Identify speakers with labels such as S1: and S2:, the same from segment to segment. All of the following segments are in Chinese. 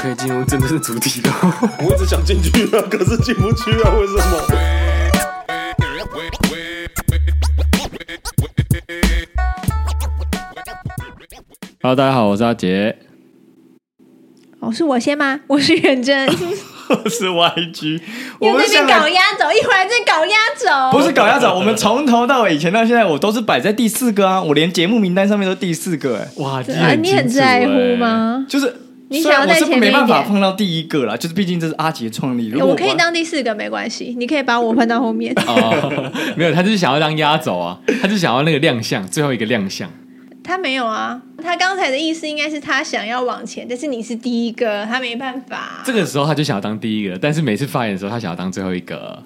S1: 可以进入真正的主题了。
S2: 我一直想进去啊，可是进不去啊，为什么？
S3: Hello，大家好，我是阿杰，
S4: 哦，是我先吗？ 我是认真，
S3: 我是 YG，
S4: 又
S3: 们
S4: 在
S3: 现在
S4: 那边搞压轴，一会儿在搞压轴
S3: 不。是搞鸭啊掌，我们从头到尾以前到现在，我都是摆在第 四个啊，我连节目名单上面都第四个哎、
S1: 哇，
S4: 对啊，你很在
S3: 欸
S4: 乎吗？
S3: 就是
S4: 你
S3: 虽然
S4: 想要
S3: 我
S4: 在
S3: 是
S4: 前
S3: 没
S4: 面
S3: 办法
S4: 一点
S3: 放到第一个啦，就是毕竟这是阿杰创立，如
S4: 欸
S3: 果
S4: 我可以
S3: 把
S4: 当第四个没关系，你可以把我换到后面。
S5: 哦，没有，他就是想要当压轴啊，他就想要那个亮相，最后一个亮相。
S4: 他没有啊，他刚才的意思应该是他想要往前，但是你是第一个，他没办法。
S5: 这个时候他就想要当第一个，但是每次发言的时候，他想要当最后一 个，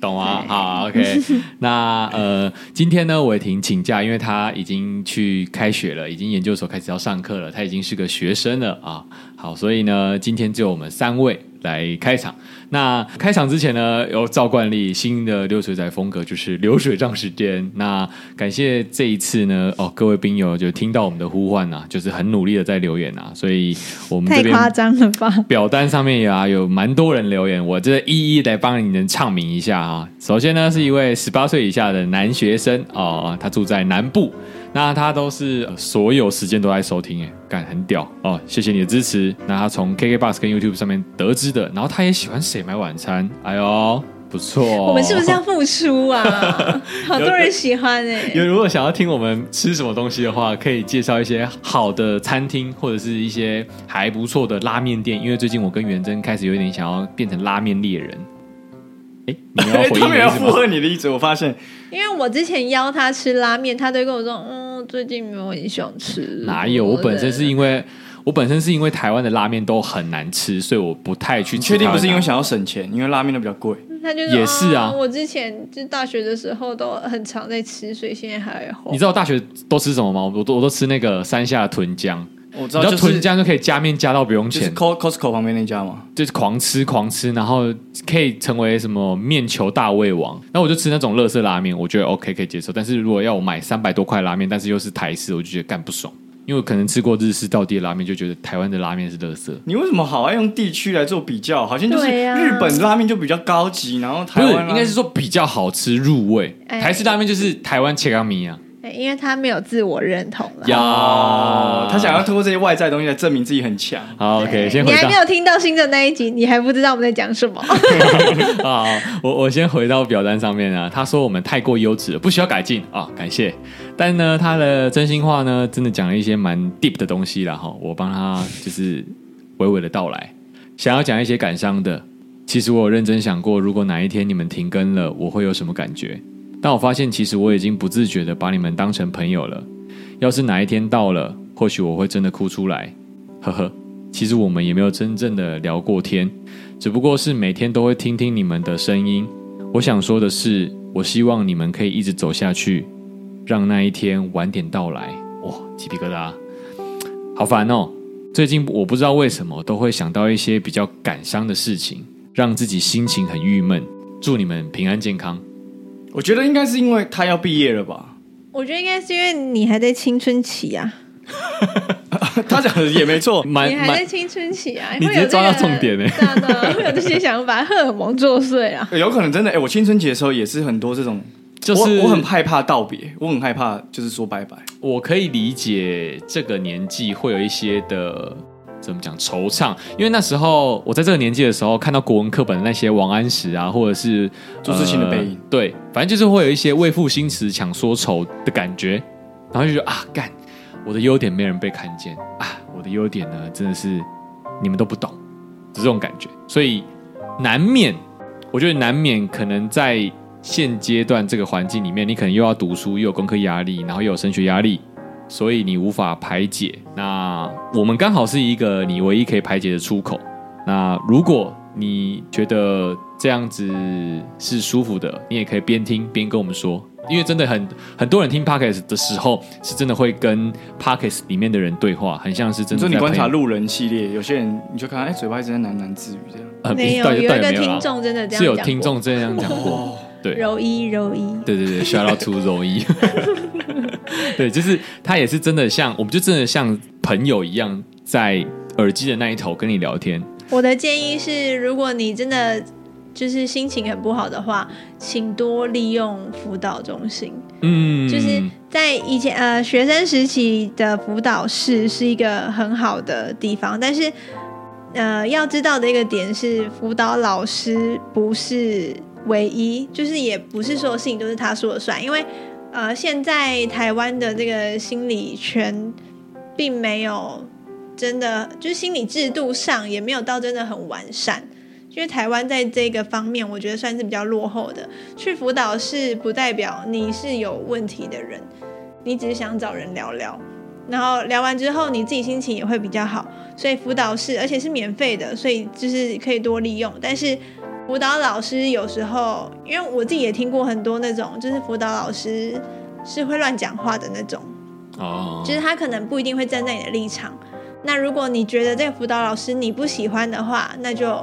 S5: 懂吗？好，OK 那。呃，今天呢，伟霆请假，因为他已经去开学了，已经研究所开始要上课了，他已经是个学生了啊。好，所以呢，今天只有我们三位来开场。那开场之前呢，有照惯例，新的流水仔风格就是流水账时间。那感谢这一次呢，哦，各位兵友就听到我们的呼唤啊，就是很努力的在留言啊，所以我们这
S4: 太
S5: 边
S4: 夸张了吧？
S5: 表单上面呀、有蛮多人留言，我这一一来帮你们唱名一下啊。首先呢，是一位十八岁以下的男学生哦，他住在南部，那他都是呃所有时间都在收听，哎，干很屌哦，谢谢你的支持。那他从 KKBox 跟 YouTube 上面得知的，然后他也喜欢谁买晚餐，哎呦，不错、哦。
S4: 我们是不是要付出啊？好多人喜欢哎、
S5: 有如果想要听我们吃什么东西的话，可以介绍一些好的餐厅，或者是一些还不错的拉面店。因为最近我跟元真开始有点想要变成拉面猎人。哎，你要
S3: 哎 他
S5: 回应
S3: 们
S5: 的
S3: 要
S5: 意思
S3: 附
S5: 吗？
S3: 和你的意思，我发现
S4: 因为我之前邀他吃拉面，他都会跟我说，嗯，最近没有很想吃。
S5: 哪有？我本身是因为我本身是因为台湾的拉面都很难吃，所以我不太去
S3: 你
S5: 吃
S3: 确定
S5: 台湾
S3: 不
S1: 啊
S3: 是因为
S5: 拉面
S3: 想要省钱，因为拉面都比较贵，
S4: 他就说哦
S5: 也是啊
S4: 我之前就大学的时候都很常在吃，所以现在还好。
S5: 你知道我大学都吃什么吗？我都我都吃那个山下的豚浆，
S3: 我知
S5: 你
S3: 道
S5: 知道
S3: 就是
S5: 豚浆就可以加面加到不用
S3: 就
S5: 钱
S3: 是，Co- Costco 旁边那家嘛，
S5: 就是狂吃狂吃，然后可以成为什么面球大胃王。那我就吃那种乐色拉面，我觉得 OK 可以接受。但是如果要我买三百多块拉面，但是又是台式，我就觉得干不爽，因为我可能吃过日式到地的拉面，就觉得台湾的拉面是乐色。
S3: 你为什么好爱用地区来做比较？好像就是
S4: 对啊呀
S3: 日本拉面就比较高级，然后
S5: 不
S3: 台
S5: 是
S3: 湾拉，面
S5: 应该是说比较好吃入味。
S4: 哎
S5: 台式拉面就是台湾切缸米啊，
S4: 对哎因为他没有自我认同了。
S3: 哦
S5: 呀，
S3: 他想要通过这些外在的东西来证明自己很强。
S5: 好 OK，先回
S4: 哎你还
S5: 答
S4: 没有听到新的那一集，你还不知道我们在讲 什么。
S5: 啊，我我先回到表单上面啊，他说我们太过优质了，不需要改进啊，感谢。但呢，他的真心话呢，真的讲了一些蛮 deep 的东西啦哈，我帮他就是娓娓的道来，想要讲一些感伤的。其实我有认真想过，如果哪一天你们停更了，我会有什么感觉？但我发现，其实我已经不自觉的把你们当成朋友了。要是哪一天到了，或许我会真的哭出来，呵呵。其实我们也没有真正的聊过天，只不过是每天都会听听你们的声音。我想说的是，我希望你们可以一直走下去，让那一天晚点到来。哇，鸡皮疙瘩，好烦哦！最近我不知道为什么都会想到一些比较感伤的事情，让自己心情很郁闷。祝你们平安健康。
S3: 我觉得应该是因为他要毕业了吧？
S4: 我觉得应该是因为你还在青春期啊，
S3: 他讲的也没错，
S5: 蛮
S4: 你还
S5: 蛮
S4: 在青春期啊，
S5: 你
S4: 会有
S5: 直接抓到
S4: 这个
S5: 重点欸
S4: 对啊对啊，会有这些想 法，荷尔蒙作祟啊。
S3: 有可能真的。哎、我青春期的时候也是很多这种，
S5: 就是
S3: 我我很害怕道别，我很害怕就是说拜拜。
S5: 我可以理解这个年纪会有一些的怎么讲惆怅，因为那时候我在这个年纪的时候，看到国文课本的那些王安石啊，或者是
S3: 朱自清的背影
S5: 呃对，反正就是会有一些为赋新词强说愁的感觉，然后就觉得啊，干，我的优点没人被看见啊，我的优点呢真的是你们都不懂，就这种感觉，所以难免，我觉得难免可能在现阶段这个环境里面，你可能又要读书，又有功课压力，然后又有升学压力，所以你无法排解。那我们刚好是一个你唯一可以排解的出口。那如果你觉得这样子是舒服的，你也可以边听边跟我们说，因为真的很很多人听 podcast 的时候，是真的会跟 podcast 里面的人对话，很像是真
S3: 你
S5: 的
S3: 说你
S5: 在
S3: 观察
S5: 呃朋友
S3: 路人系列，有些人你就看，哎、嘴巴一直在喃喃自语这样。
S5: 呃
S4: 没有，
S5: 到底
S4: 有
S5: 到
S4: 一
S5: 底
S4: 个
S5: 没有
S4: 听
S5: 啦
S4: 众真的这样
S5: 是有
S4: 讲
S5: 听
S4: 过
S5: 众这样讲过，对，
S4: 柔一柔一，
S5: 对对对，shout out to 柔 一，对，就是他也是真的像，我们就真的像朋友一样在耳机的那一头跟你聊天。
S4: 我的建议是，如果你真的就是心情很不好的话，请多利用辅导中心。
S5: 嗯，
S4: 就是在以前呃学生时期的辅导室是一个很好的地方，但是呃要知道的一个点是，辅导老师不是唯一，就是也不是所有事情都是他说了算，因为呃现在台湾的这个心理圈并没有真的，就是心理制度上也没有到真的很完善。因为台湾在这个方面，我觉得算是比较落后的。去辅导室不代表你是有问题的人，你只是想找人聊聊，然后聊完之后你自己心情也会比较好。所以辅导室而且是免费的，所以就是可以多利用。但是辅导老师有时候，因为我自己也听过很多那种，就是辅导老师是会乱讲话的那种，
S5: 哦，
S4: 就是他可能不一定会站在你的立场。那如果你觉得这个辅导老师你不喜欢的话，那就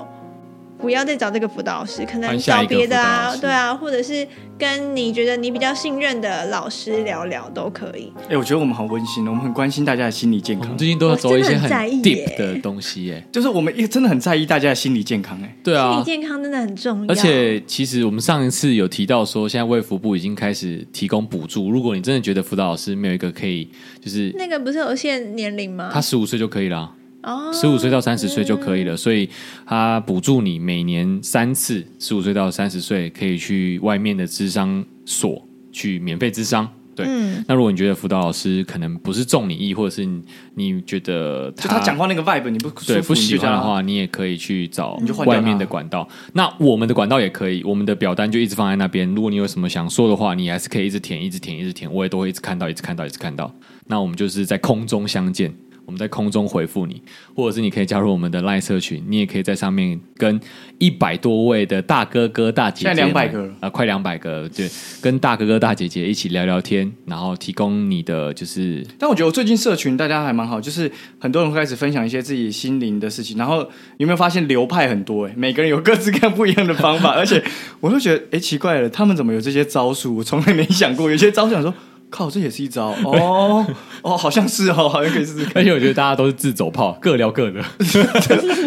S4: 不要再找这个辅导老师，可能
S5: 换下
S4: 找
S5: 一个
S4: 别的
S5: 辅导老
S4: 啊，
S5: 师
S4: 对啊，或者是跟你觉得你比较信任的老师聊聊都可以。
S1: 哎、我觉得我们好温馨哦，我们很关心大家的心理健
S5: 我
S1: 康
S5: 们，最近都要走一些
S4: 我真的很在意
S5: deep
S4: 耶
S5: 的东西耶。
S1: 就是我们也真的很在意大家的心理健康、哎，
S5: 对
S4: 心理
S5: 啊，
S4: 健康真的很重要，
S5: 而且其实我们上一次有提到说，现在卫福部已经开始提供补助，如果你真的觉得辅导老师没有一个可以，就是
S4: 那个不是有限年龄吗？
S5: 他十五岁就可以了。
S4: 哦，
S5: 十五岁到三十岁就可以了，所以他补助你每年三次，十五岁到三十岁可以去外面的智商所去免费智商。对，
S4: 嗯
S5: 那如果你觉得辅导老师可能不是中你意，或者是你你觉得
S1: 就
S5: 他
S1: 他讲话那个 vibe 你不舒
S5: 对
S1: 服
S5: 不喜欢的，
S1: 你就这样
S5: 话，你也可以去找
S1: 就换掉
S5: 外
S1: 它
S5: 面的管道。那我们的管道也可以，我们的表单就一直放在那边。如果你有什么想说的话，你还是可以一直填，一直填，一直填，我也都会一直看到，一直看到，一直看到。那我们就是在空中相见，我们在空中回复你，或者是你可以加入我们的赖社群，你也可以在上面跟一百多位的大哥哥大姐姐
S1: 现
S5: 们，
S1: 在200个了
S5: 啊、快两百个了，对，跟大哥哥大姐姐一起聊聊天，然后提供你 的就是
S1: 但我觉得我最近社群大家还蛮好，就是很多人会开始分享一些自己心灵的事情，然后有没有发现流派很多、哎，每个人有各自各样不一样的方法，而且我都觉得哎、奇怪了，他们怎么有这些招数？我从来没想过，有些招数想说。靠，这也是一招哦哦，好像是哦，好像可以试试看。
S5: 而且我觉得大家都是自走炮，各聊各的。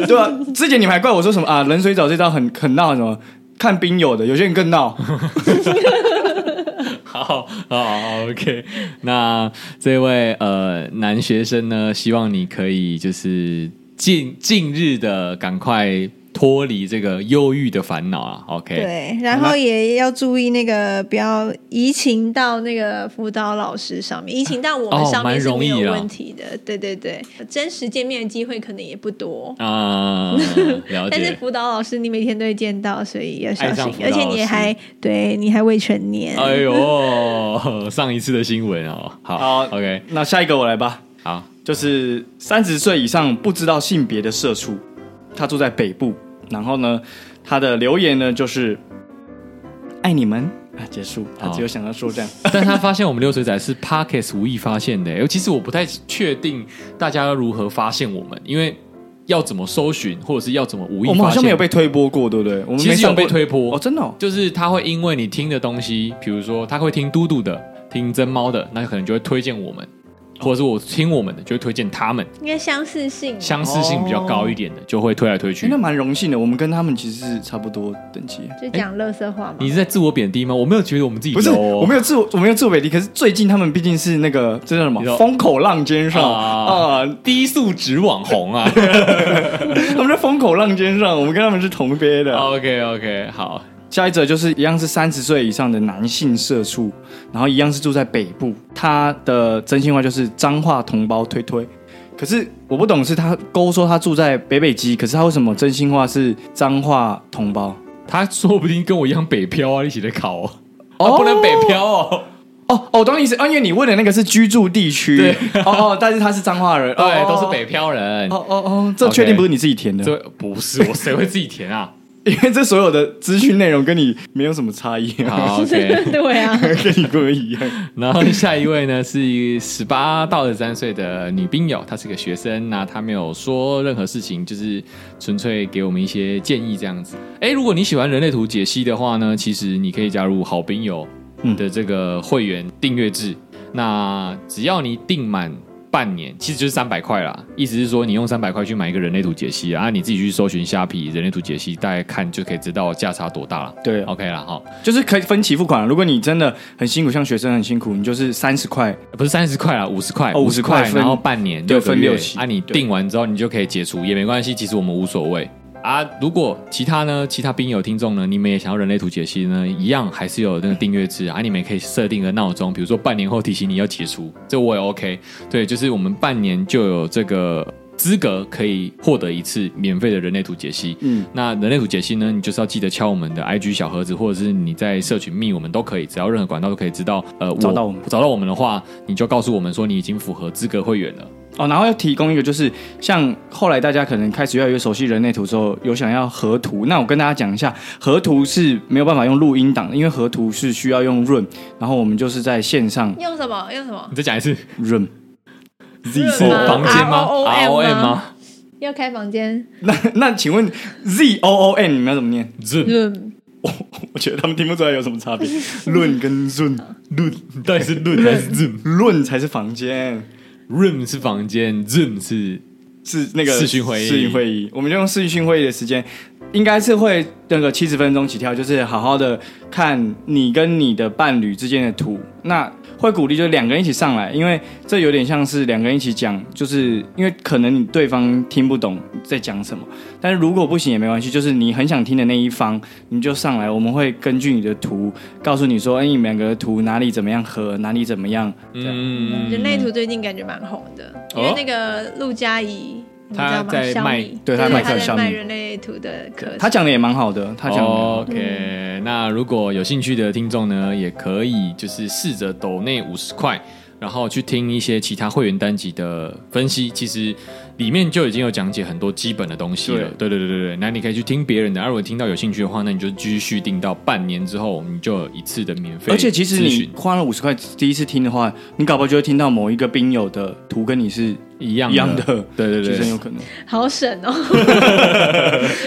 S1: 对啊，之前你们还怪我说什么啊？冷水澡这招很很闹什么？看冰友的，有些人更闹。
S5: 好好好，OK。那这位呃男学生呢，希望你可以就是近近日的赶快脱离这个忧郁的烦恼啊，OK。
S4: 对，然后也要注意那个不要移情到那个辅导老师上面，移情到我们
S5: 哦
S4: 上面是没
S5: 蛮容易
S4: 有
S5: 啊
S4: 问题的。对对对，真实见面的机会可能也不多。
S5: 啊、了
S4: 但是
S5: 解。
S4: 辅导老师你每天都会见到，所以要小
S5: 爱
S4: 心
S5: 上辅，导
S4: 而且
S5: 老
S4: 你
S5: 师
S4: 还对你还未成年。
S5: 哎呦，上一次的新闻哦，好
S1: 好
S5: o k
S1: 那下一个我来吧，
S5: 好，
S1: 就是三十岁以上不知道性别的社畜，他住在北部，然后呢，他的留言呢就是爱你们啊，结束。
S5: 哦
S1: 他只有想到说这样，
S5: 但他发现我们流水仔是 Parkes 无意发现的、欸哎尤其是我不太确定大家如何发现我们，因为要怎么搜寻，或者是要怎么无意发现，
S1: 我们好像没有被推播过，对不对？我们
S5: 其
S1: 没
S5: 实
S1: 上
S5: 有
S1: 过
S5: 被推波
S1: 哦，真的、哦。
S5: 就是他会因为你听的东西，比如说他会听嘟嘟的，听真猫的，那可能就会推荐我们，
S1: 哦
S5: 或者是我听我们的就会推荐他们，
S4: 应该相似性。
S5: 相似性比较高一点的就会推来推
S1: 哎
S5: 去
S1: 那。蛮荣幸的，我们跟他们其实是差不多等级。
S4: 就讲乐色话嘛，
S5: 你是在自我贬低吗？我没有觉得我们自己
S1: 不是，
S5: low 哦
S1: 我没有自我，我没有自我为敌。可是最近他们毕竟是那个，这叫什么
S5: 你知道？
S1: 风口浪尖上
S5: 啊
S1: 啊、
S5: 低素质网 红啊。
S1: 他们在风口浪尖上，我们跟他们是同辈的。
S5: OK OK，好，
S1: 下一则就是一样是三十岁以上的男性社畜，然后一样是住在北部，他的真心话就是彰化同胞推推。可是我不懂，是他勾说他住在北北基，可是他为什么真心话是彰化同胞？
S5: 他说不定跟我一样北漂啊，一起在考哦，
S1: 哦
S5: 他不能北漂哦。
S1: 哦哦，我懂你意思，哦，因为你问的那个是居住地区，
S5: 对，
S1: 哦哦，但是他是彰化人，哦
S5: 对，都是北，漂人。
S1: 哦哦哦，这确定不是你自己填的
S5: 这不是我，谁会自己填啊？
S1: 因为这所有的资讯内容跟你没有什么差异、啊，
S5: 好，OK。
S4: 对 啊，
S1: 跟你不一样。
S5: 然后下一位呢是十八到二十三岁的女兵友，她是个学生，那她没有说任何事情，就是纯粹给我们一些建议这样子。哎，如果你喜欢人类图解析的话呢，其实你可以加入好兵友的这个会员订阅制。那只要你订满半年，其实就是三百块啦。意思是说，你用三百块去买一个人类图解析啊，啊你自己去搜寻虾皮人类图解析，大概看就可以知道价差多大了。
S1: 对
S5: ，OK 啦，哈，
S1: 就是可以分期付款啊了。如果你真的很辛苦，像学生很辛苦，你就是三十块，
S5: 不是三十块啦，五十块，
S1: 哦50块分
S5: 然后半年
S1: 对
S5: 六个
S1: 分
S5: 月
S1: 六期
S5: 啊，你
S1: 对
S5: 定完之后你就可以解除，也没关系，其实我们无所谓。啊，如果其他呢，其他兵友听众呢，你们也想要人类图解析呢，一样还是有那个订阅制啊，你们也可以设定个闹钟，比如说半年后提醒你要解除，这我也 OK。对，就是我们半年就有这个资格可以获得一次免费的人类图解析。
S1: 嗯，
S5: 那人类图解析呢，你就是要记得敲我们的 IG 小盒子，或者是你在社群密我们都可以，只要任何管道都可以知道。呃，
S1: 找到我们
S5: 找到我们的话，你就告诉我们说你已经符合资格会员了。
S1: 哦，然后要提供一个，就是像后来大家可能开始越来越熟悉人类图之后，有想要合图，那我跟大家讲一下，合图是没有办法用录音档的，因为合图是需要用润，然后我们就是在线上
S4: 用什么？用什么？
S5: 你再讲一次，
S1: 润。
S5: 自己
S4: 是吗
S5: 房间 吗
S4: ROM 吗
S5: ？ROM 吗
S4: 要开房间
S1: 那 那请问 Z O O N 你们要怎么念？
S5: ？Zoom，
S4: ？Room
S1: 我觉得他们听不出来有什么差 别。论跟润
S5: 论到底是论还是 Zoom？Room
S1: 论才是房间，
S5: 是房间，Zoom 是
S1: 是那个
S5: 视讯会议
S1: 视讯会议，我们就用视讯会议的时间，应该是会那个七十分钟起跳，就是好好的看你跟你的伴侣之间的图。那会鼓励就两个人一起上来，因为这有点像是两个人一起讲，就是因为可能你对方听不懂在讲什么，但是如果不行也没关系，就是你很想听的那一方，你就上来，我们会根据你的图告诉你说，哎，你们两个的图哪里怎么样合，哪里怎么样，这样。
S5: 嗯，
S4: 人类图最近感觉蛮红的，因为那个陆佳怡。你知道吗
S5: 她在
S4: 小
S5: 卖
S4: 米
S1: 对她
S4: 她
S1: 卖
S4: 在
S1: 小米
S4: 卖人类图的课程，
S1: 他讲的也蛮好的，他讲的也蛮好
S5: 哦 OK，那如果有兴趣的听众呢，也可以就是试着抖内五十块，然后去听一些其他会员单集的分析，其实里面就已经有讲解很多基本的东西了。对对对对对，那你可以去听别人的，啊如果听到有兴趣的话，那你就继续续订到半年之后，你就有一次的免费咨询。
S1: 而且其实你花了五十块第一次听的话，你搞不好就会听到某一个兵友的图跟你是
S5: 一样
S1: 一样的，
S5: 对对
S1: 其实很有
S5: 对。
S1: 可能。
S4: 好省哦。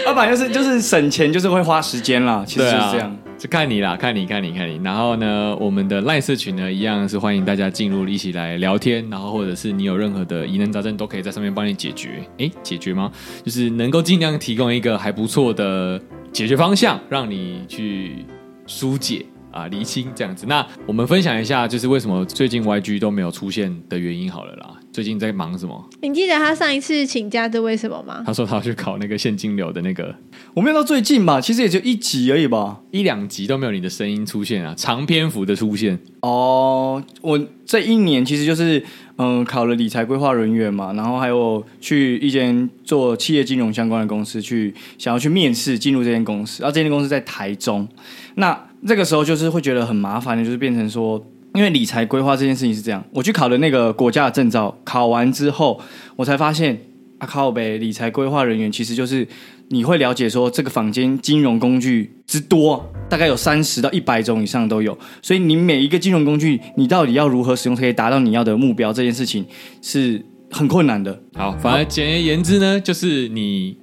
S1: 要不然就是就是省钱，就是会花时间啦，其实
S5: 对
S1: 就是
S5: 啊，
S1: 这样。，
S5: 就看你啦，看你，看你，看你。然后呢，我们的赖社群呢，一样是欢迎大家进入，一起来聊天。然后或者是你有任何的疑难杂症，都可以在上面帮你解决。诶，解决吗？就是能够尽量提供一个还不错的解决方向，让你去疏解。啊，厘清这样子。那我们分享一下，就是为什么最近 YG 都没有出现的原因好了啦。最近在忙什么？
S4: 你记得他上一次请假是为什么
S1: 啊
S4: 吗？
S5: 他说他要去考那个现金流的那个，
S1: 我没有到最近吧，其实也就一集而已吧。
S5: 一两集都没有你的声音出现啊，长篇幅的出现。
S1: 哦，我这一年其实就是嗯考了理财规划人员嘛，然后还有去一间做企业金融相关的公司去想要去面试进入这间公司，啊然后这间公司在台中，那这个时候就是会觉得很麻烦的，就是变成说。因为理财规划这件事情是这样，我去考的那个国家的证照，考完之后，我才发现啊靠呗，理财规划人员其实就是你会了解说这个坊间金融工具之多，大概有三十到一百种以上都有，所以你每一个金融工具，你到底要如何使用，才可以达到你要的目标，这件事情是很困难的。
S5: 好，反而简而言之呢，就是你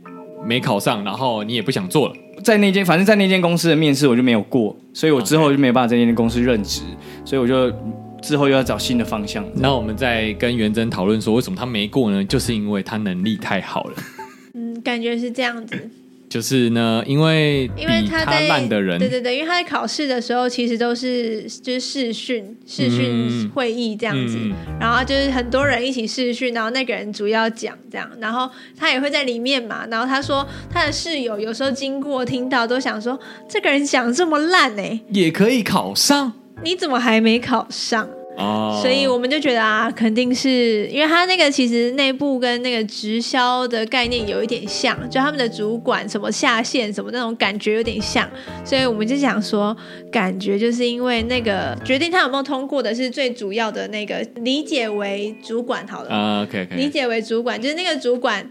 S5: 没考上，然后你也不想做了。
S1: 在那间，反正在那间公司的面试我就没有过，所以我之后就没有办法在那间公司任职，所以我就之后又要找新的方向。
S4: 嗯
S5: 那我们再跟元真讨论说，为什么他没过呢？就是因为他能力太好了。
S4: 嗯，感觉是这样子，
S5: 就是呢，因为
S4: 因为
S5: 比他
S4: 在
S5: 烂的人
S4: 对对对，因为他在考试的时候其实都是就是视讯视
S5: 嗯
S4: 讯会议这样子，
S5: 嗯
S4: 然后就是很多人一起视讯，然后那个人主要讲这样，然后他也会在里面嘛，然后他说他的室友有时候经过听到都想说这个人讲这么烂欸呢、
S5: 也可以考上
S4: 你怎么还没考上？
S5: 哦。
S4: 所以我们就觉得啊，肯定是因为他那个其实内部跟那个直销的概念有一点像，就他们的主管什么下线什么那种感觉有点像，所以我们就想说，感觉就是因为那个决定他有没有通过的是最主要的那个理解为主管好了，
S5: 啊，OK OK，
S4: 理解为主管就是那个主管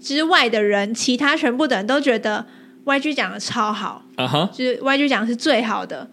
S4: 之外的人，其他全部的人都觉得 YG 讲的超好，
S5: 啊哈，
S4: 就是 YG 奖是最好的，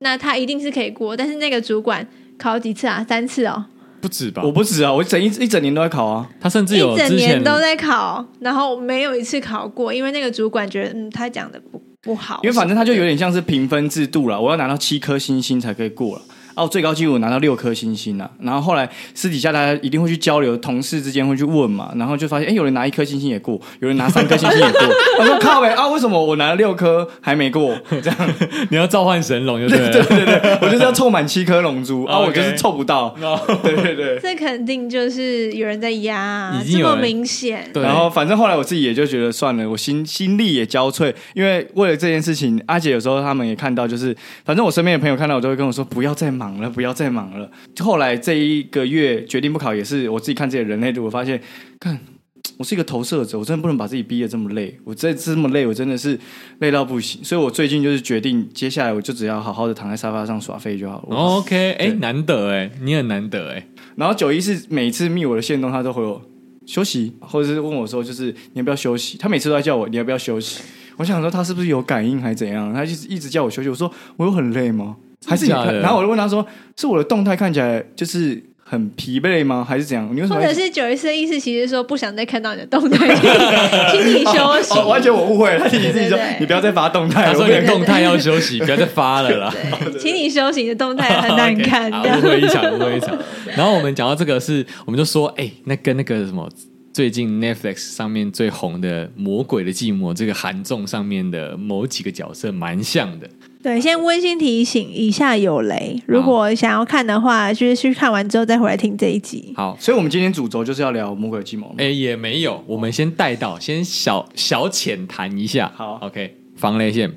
S4: 那他一定是可以过。但是那个主管考几次啊？三次哦，
S5: 不止吧
S1: 我？不止啊，我整一一整年都在考啊。
S5: 他甚至
S4: 一
S5: 有
S4: 整
S5: 之前
S4: 年都在考，然后没有一次考过，因为那个主管觉得嗯他讲的不不好，
S1: 因为反正它就有点像是评分制度了，我要拿到七颗星星才可以过了。哦，最高纪录拿到六颗星星啊。然后后来私底下大家一定会去交流，同事之间会去问嘛，然后就发现，哎，有人拿一颗星星也过，有人拿三颗星星也 过。他说靠呗啊，为什么我拿了六颗还没过？这样，
S5: 你要召唤神龙就对了。
S1: 我就是要凑满七颗龙珠 啊，
S5: OK
S1: 我就是凑不到。对对对。
S4: 这肯定就是有人在压、啊
S5: 已，经
S4: 这
S5: 有
S4: 么
S5: 人
S4: 明显。
S5: 对
S1: 然后反正后来我自己也就觉得算了，我心心力也交瘁，因为为了这件事情，阿姐有时候他们也看到，就是反正我身边的朋友看到我都会跟我说不要再忙了，不要再忙了。后来这一个月决定不考，也是我自己看自己的人类图，我发现看。我是一个投射者，我真的不能把自己逼得这么累，我这这么累，我真的是累到不行。所以我最近就是决定，接下来我就只要好好的躺在沙发上耍废就好了。我
S5: OK，哎、难得哎、你很难得哎、
S1: 然后九一是每次密我的线动，他都回我休息，或者是问我说，就是你要不要休息？他每次都在叫我你要不要休息。我想说他是不是有感应还是怎样？他就一直叫我休息。我说我有很累吗？还是你
S5: 真的假
S1: 看？
S5: 的
S1: 然后我就问他说，是我的动态看起来就是很疲惫吗？还是怎样？你为什
S4: 或
S1: 么
S4: 者
S1: 要一直？
S4: 是九一四的意思，其实说不想再看到你的动态， 请你休 息。
S1: 哦，完全我误会了，他自己自己
S4: 对对
S1: 说
S4: 对
S1: 你不要再发动
S4: 哎
S1: 态
S5: 他
S1: 了。
S5: 说
S1: 我也
S5: 你动态要休息，不要再发了啦。
S4: 对，请你休息，你的动态 很难看。
S5: 哦好
S4: 这样
S5: 误会一场，误会一场。然后我们讲到这个是，我们就说，哎、那跟那个什么。最近 Netflix 上面最红的《魔鬼的寂寞》这个韩综上面的某几个角色蛮像的，
S4: 对，先温馨提醒，以下有雷，如
S5: 好
S4: 果想要看的话，就是去看完之后再回来听这一集。
S5: 好，
S1: 所以我们今天主轴就是要聊魔鬼计谋。
S5: 哎、也没有，我们先带到，先小小浅谈一下。
S1: 好
S5: ，OK，防雷线。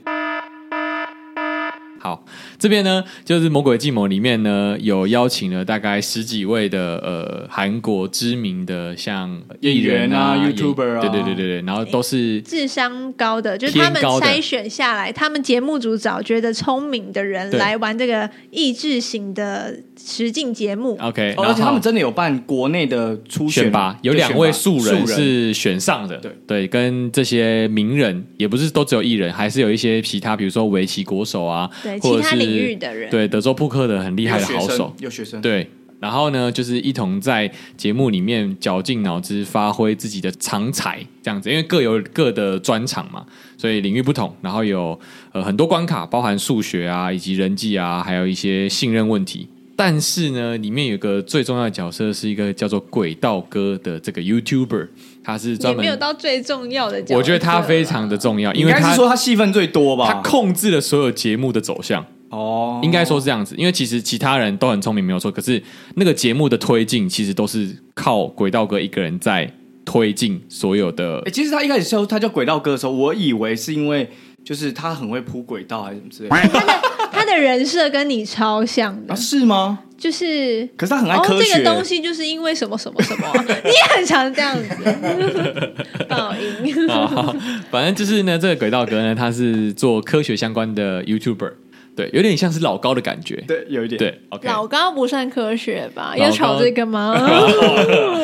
S5: 好，这边呢，就是《魔鬼计谋》里面呢，有邀请了大概十几位的呃韩国知名的像艺人啊、
S1: 演员啊
S5: 演
S1: YouTuber 啊
S5: 对对对对对，然后都是
S4: 智商高的，就是他们
S5: 偏高的
S4: 筛选下来，他们节目组找觉得聪明的人
S5: 对
S4: 来玩这个益智型的实境节目。
S5: OK，、
S1: 哦
S5: 然
S1: 而且他
S5: 后
S1: 们真的有办国内的初
S5: 选拔有两位素
S1: 素
S5: 人
S1: 人
S5: 是选上的，
S1: 对
S5: 对，跟这些名人也不是都只有艺人，还是有一些其他，比如说围棋国手啊，
S4: 对
S5: 或者
S4: 其他
S5: 是
S4: 领域的人
S5: 对德州扑克的很厉害的
S1: 有学
S5: 好
S1: 生
S5: 手，
S1: 有学生。
S5: 对。然后呢，就是一同在节目里面绞尽脑汁发挥自己的长才，这样子，因为各有各的专长嘛，所以领域不同。然后有呃很多关卡，包含数学啊，以及人际啊，还有一些信任问题。但是呢，里面有个最重要的角色是一个叫做轨道哥的这个 YouTuber，他是
S4: 也
S5: 专
S4: 没有
S5: 门，
S4: 到最重要的角色，
S5: 我觉得他非常的重要，因为
S1: 应该
S5: 他
S1: 是说他戏份最多吧？
S5: 他控制了所有节目的走向。
S1: 哦，
S5: 应该说是这样子，因为其实其他人都很聪明，没有错。可是那个节目的推进，其实都是靠轨道哥一个人在推进所有的
S1: 哎、。其实他一开始时候他叫轨道歌的时候，我以为是因为就是他很会铺轨道还是什么之类 的
S4: 他的人设跟你超像的
S1: 啊？，是吗？
S4: 就是
S1: 可是他很爱
S4: 哦
S1: 科，学、
S4: 这个东西就是因为什么什么什 么啊，你也很常这样子，报应。
S5: 啊，反正就是呢，这个轨道哥呢，他是做科学相关的 YouTuber，对，有点像是老高的感觉，
S1: 对，有一点。
S5: 对，OK。
S4: 老高不算科学吧？
S5: 老高
S4: 要吵这个吗？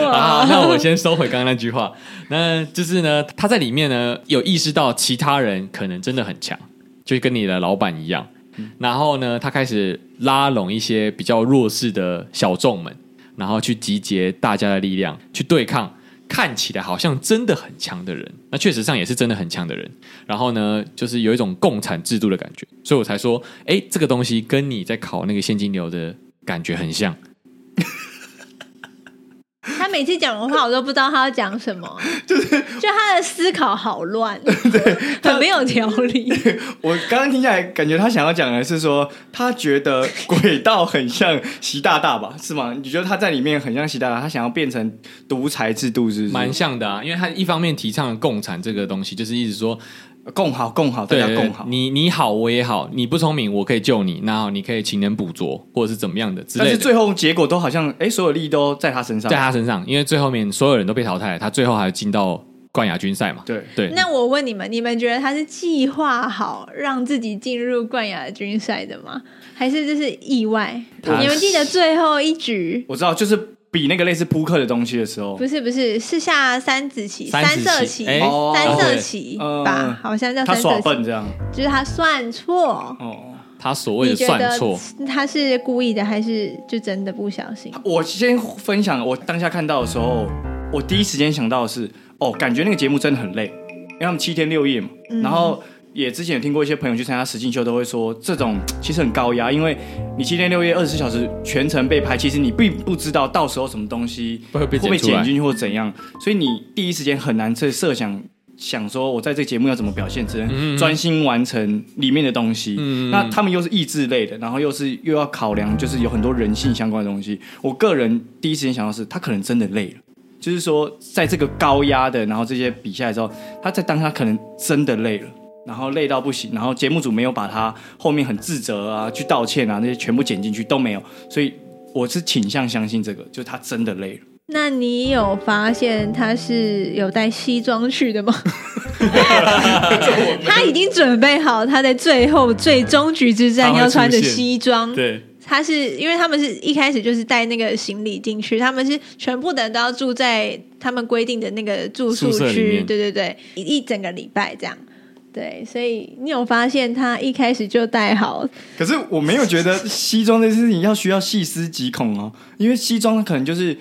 S5: 啊，那我先收回刚刚那句话， 那就是呢，他在里面呢有意识到其他人可能真的很强，就跟你的老板一样。 然后呢，他开始拉拢一些比较弱势的小众们，然后去集结大家的力量，去对抗看起来好像真的很强的人。那确实上也是真的很强的人。然后呢，就是有一种共产制度的感觉，所以我才说，哎，这个东西跟你在考那个现金流的感觉很像。
S4: 他每次讲的话，我都不知道他要讲什么，就是就他的思考好乱， 很没有条理。
S1: 我刚刚听下来，感觉他想要讲的是说，他觉得轨道很像习大大吧？ 是吗？你觉得他在里面很像习大大？他想要变成独裁制度，是不是？
S5: 蛮像的啊，因为他一方面提倡了共产这个东西，就是一直说，
S1: 共好，共好，大
S5: 对
S1: 家
S5: 对
S1: 共好。
S5: 你你好我也好，你不聪明我可以救你，那你可以勤能补拙，或者是怎么样的之
S1: 但
S5: 类
S1: 是
S5: 的。
S1: 最后结果都好像，哎、所有利益都在他身上。
S5: 在他身上，因为最后面所有人都被淘汰了，他最后还进到冠亚军赛嘛。
S1: 对，
S5: 对，
S4: 那我问你们，你们觉得他是计划好让自己进入冠亚军赛的吗？还是这是意外？
S5: 他
S4: 你们记得最后一局？
S1: 我知道，就是比那个类似扑克的东西的时候
S4: 不，是不是，是下三子棋、
S5: 三
S4: 三
S5: 子棋
S4: 色棋、
S5: 哎
S4: 三色棋
S1: 哦对呃
S4: 吧，好像叫
S1: 他
S4: 三
S1: 耍
S4: 色棋，
S1: 笨这样。
S4: 就是他算错。
S1: 哦。
S5: 他所谓
S4: 你
S5: 的
S4: 觉
S5: 算
S4: 得
S5: 错，
S4: 他是故意的，还是就真的不小心？
S1: 我先分享我当下看到的时候，我第一时间想到的是，哦，感觉那个节目真的很累，因为他们七天六夜嘛，然后也之前有听过一些朋友去参加实境秀，都会说这种其实很高压，因为你七天六夜二十四小时全程被拍，其实你并不知道到时候什么东西
S5: 会被
S1: 会被
S5: 剪出
S1: 剪
S5: 来
S1: 进去或怎样，所以你第一时间很难去设想。想说，我在这个节目要怎么表现，只能专心完成里面的东西。
S5: 嗯
S1: 那他们又是益智类的，然后又是又要考量，就是有很多人性相关的东西。我个人第一时间想到是，他可能真的累了。就是说，在这个高压的，然后这些比赛之后，他在当下可能真的累了，然后累到不行，然后节目组没有把他后面很自责啊、去道歉啊那些全部剪进去都没有，所以我是倾向相信这个，就是他真的累了。
S4: 那你有发现他是有带西装 去的吗？他已经准备好，他在最后最终局之战
S5: 他会
S4: 要穿着
S5: 出现
S4: 西装。
S5: 对，
S4: 他是因为他们是一开始就是带那个行李进去，他们是全部的人都要住在他们规定的那个住宿
S5: 宿舍里
S4: 区，
S5: 面
S4: 对对对，一一整个礼拜这样。对，所以你有发现他一开始就带好，
S1: 可是我没有觉得西装这件事情要需要细思极恐哦，因为西装可能就是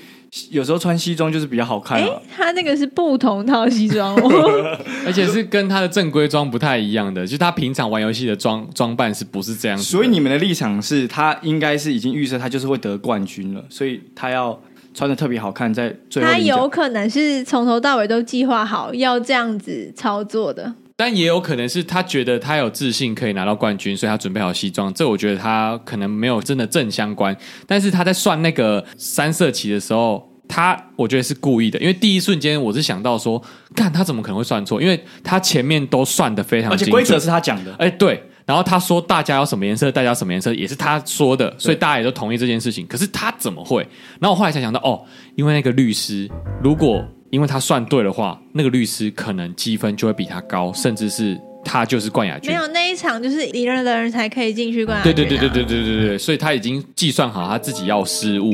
S1: 有时候穿西装就是比较好看
S4: 哎、
S1: 啊。
S4: 他那个是不同套西装 哦，
S5: 而且是跟他的正规装不太一样的，就是他平常玩游戏的装装扮是不是这样子的？
S1: 所以你们的立场是他应该是已经预设他就是会得冠军了，所以他要穿的特别好看，在最后
S4: 他
S1: 领奖
S4: 有可能是从头到尾都计划好要这样子操作的。
S5: 但也有可能是他觉得他有自信可以拿到冠军，所以他准备好西装。这我觉得他可能没有真的正相关，但是他在算那个三色旗的时候，他我觉得是故意的，因为第一瞬间我是想到说，干他怎么可能会算错？因为他前面都算的非常
S1: 而
S5: 精
S1: 且
S5: 准，
S1: 规则是他讲的。
S5: 哎、对，然后他说大家要什么颜色，大家要什么颜色，也是他说的，所以大家也都同意这件事情。可是他怎么会？然后我后来才想到，哦，因为那个律师，如果因为他算对的话，那个律师可能积分就会比他高，甚至是他就是冠亚军。
S4: 没有那一场就是赢了的人才可以进去冠亚军、
S5: 对
S4: 啊，
S5: 对对对对对对对，所以他已经计算好他自己要失误，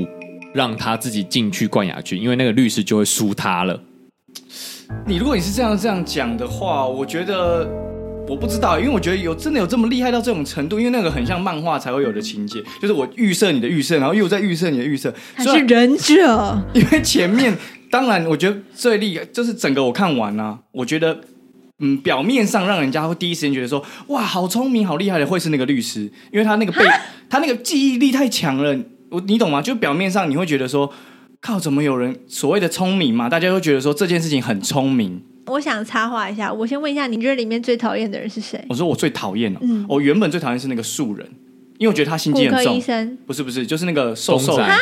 S5: 让他自己进去冠亚军，因为那个律师就会输他了。
S1: 你如果你是这样这样讲的话，我觉得我不知道，因为我觉得有真的有这么厉害到这种程度，因为那个很像漫画才会有的情节，就是我预设你的预设，然后又在预设你的预设，
S4: 他
S1: 虽然
S4: 是忍者。
S1: 因为前面当然，我觉得最厉害就是整个我看完啊，我觉得嗯，表面上让人家会第一时间觉得说哇，好聪明、好厉害的会是那个律师，因为他那个背他那个记忆力太强了，我你懂吗？就表面上你会觉得说。靠！怎么有人所谓的聪明嘛？大家都觉得说这件事情很聪明。
S4: 我想插话一下，我先问一下，你觉得里面最讨厌的人是谁？
S1: 我说我最讨厌了、哦
S4: 嗯
S1: 我原本最讨厌是那个素人，因为我觉得他心
S4: 骨
S1: 机
S4: 科
S1: 很
S4: 医
S1: 重。
S4: 生
S1: 不是不是，就是那个瘦瘦
S5: 东
S1: 的
S5: 仔。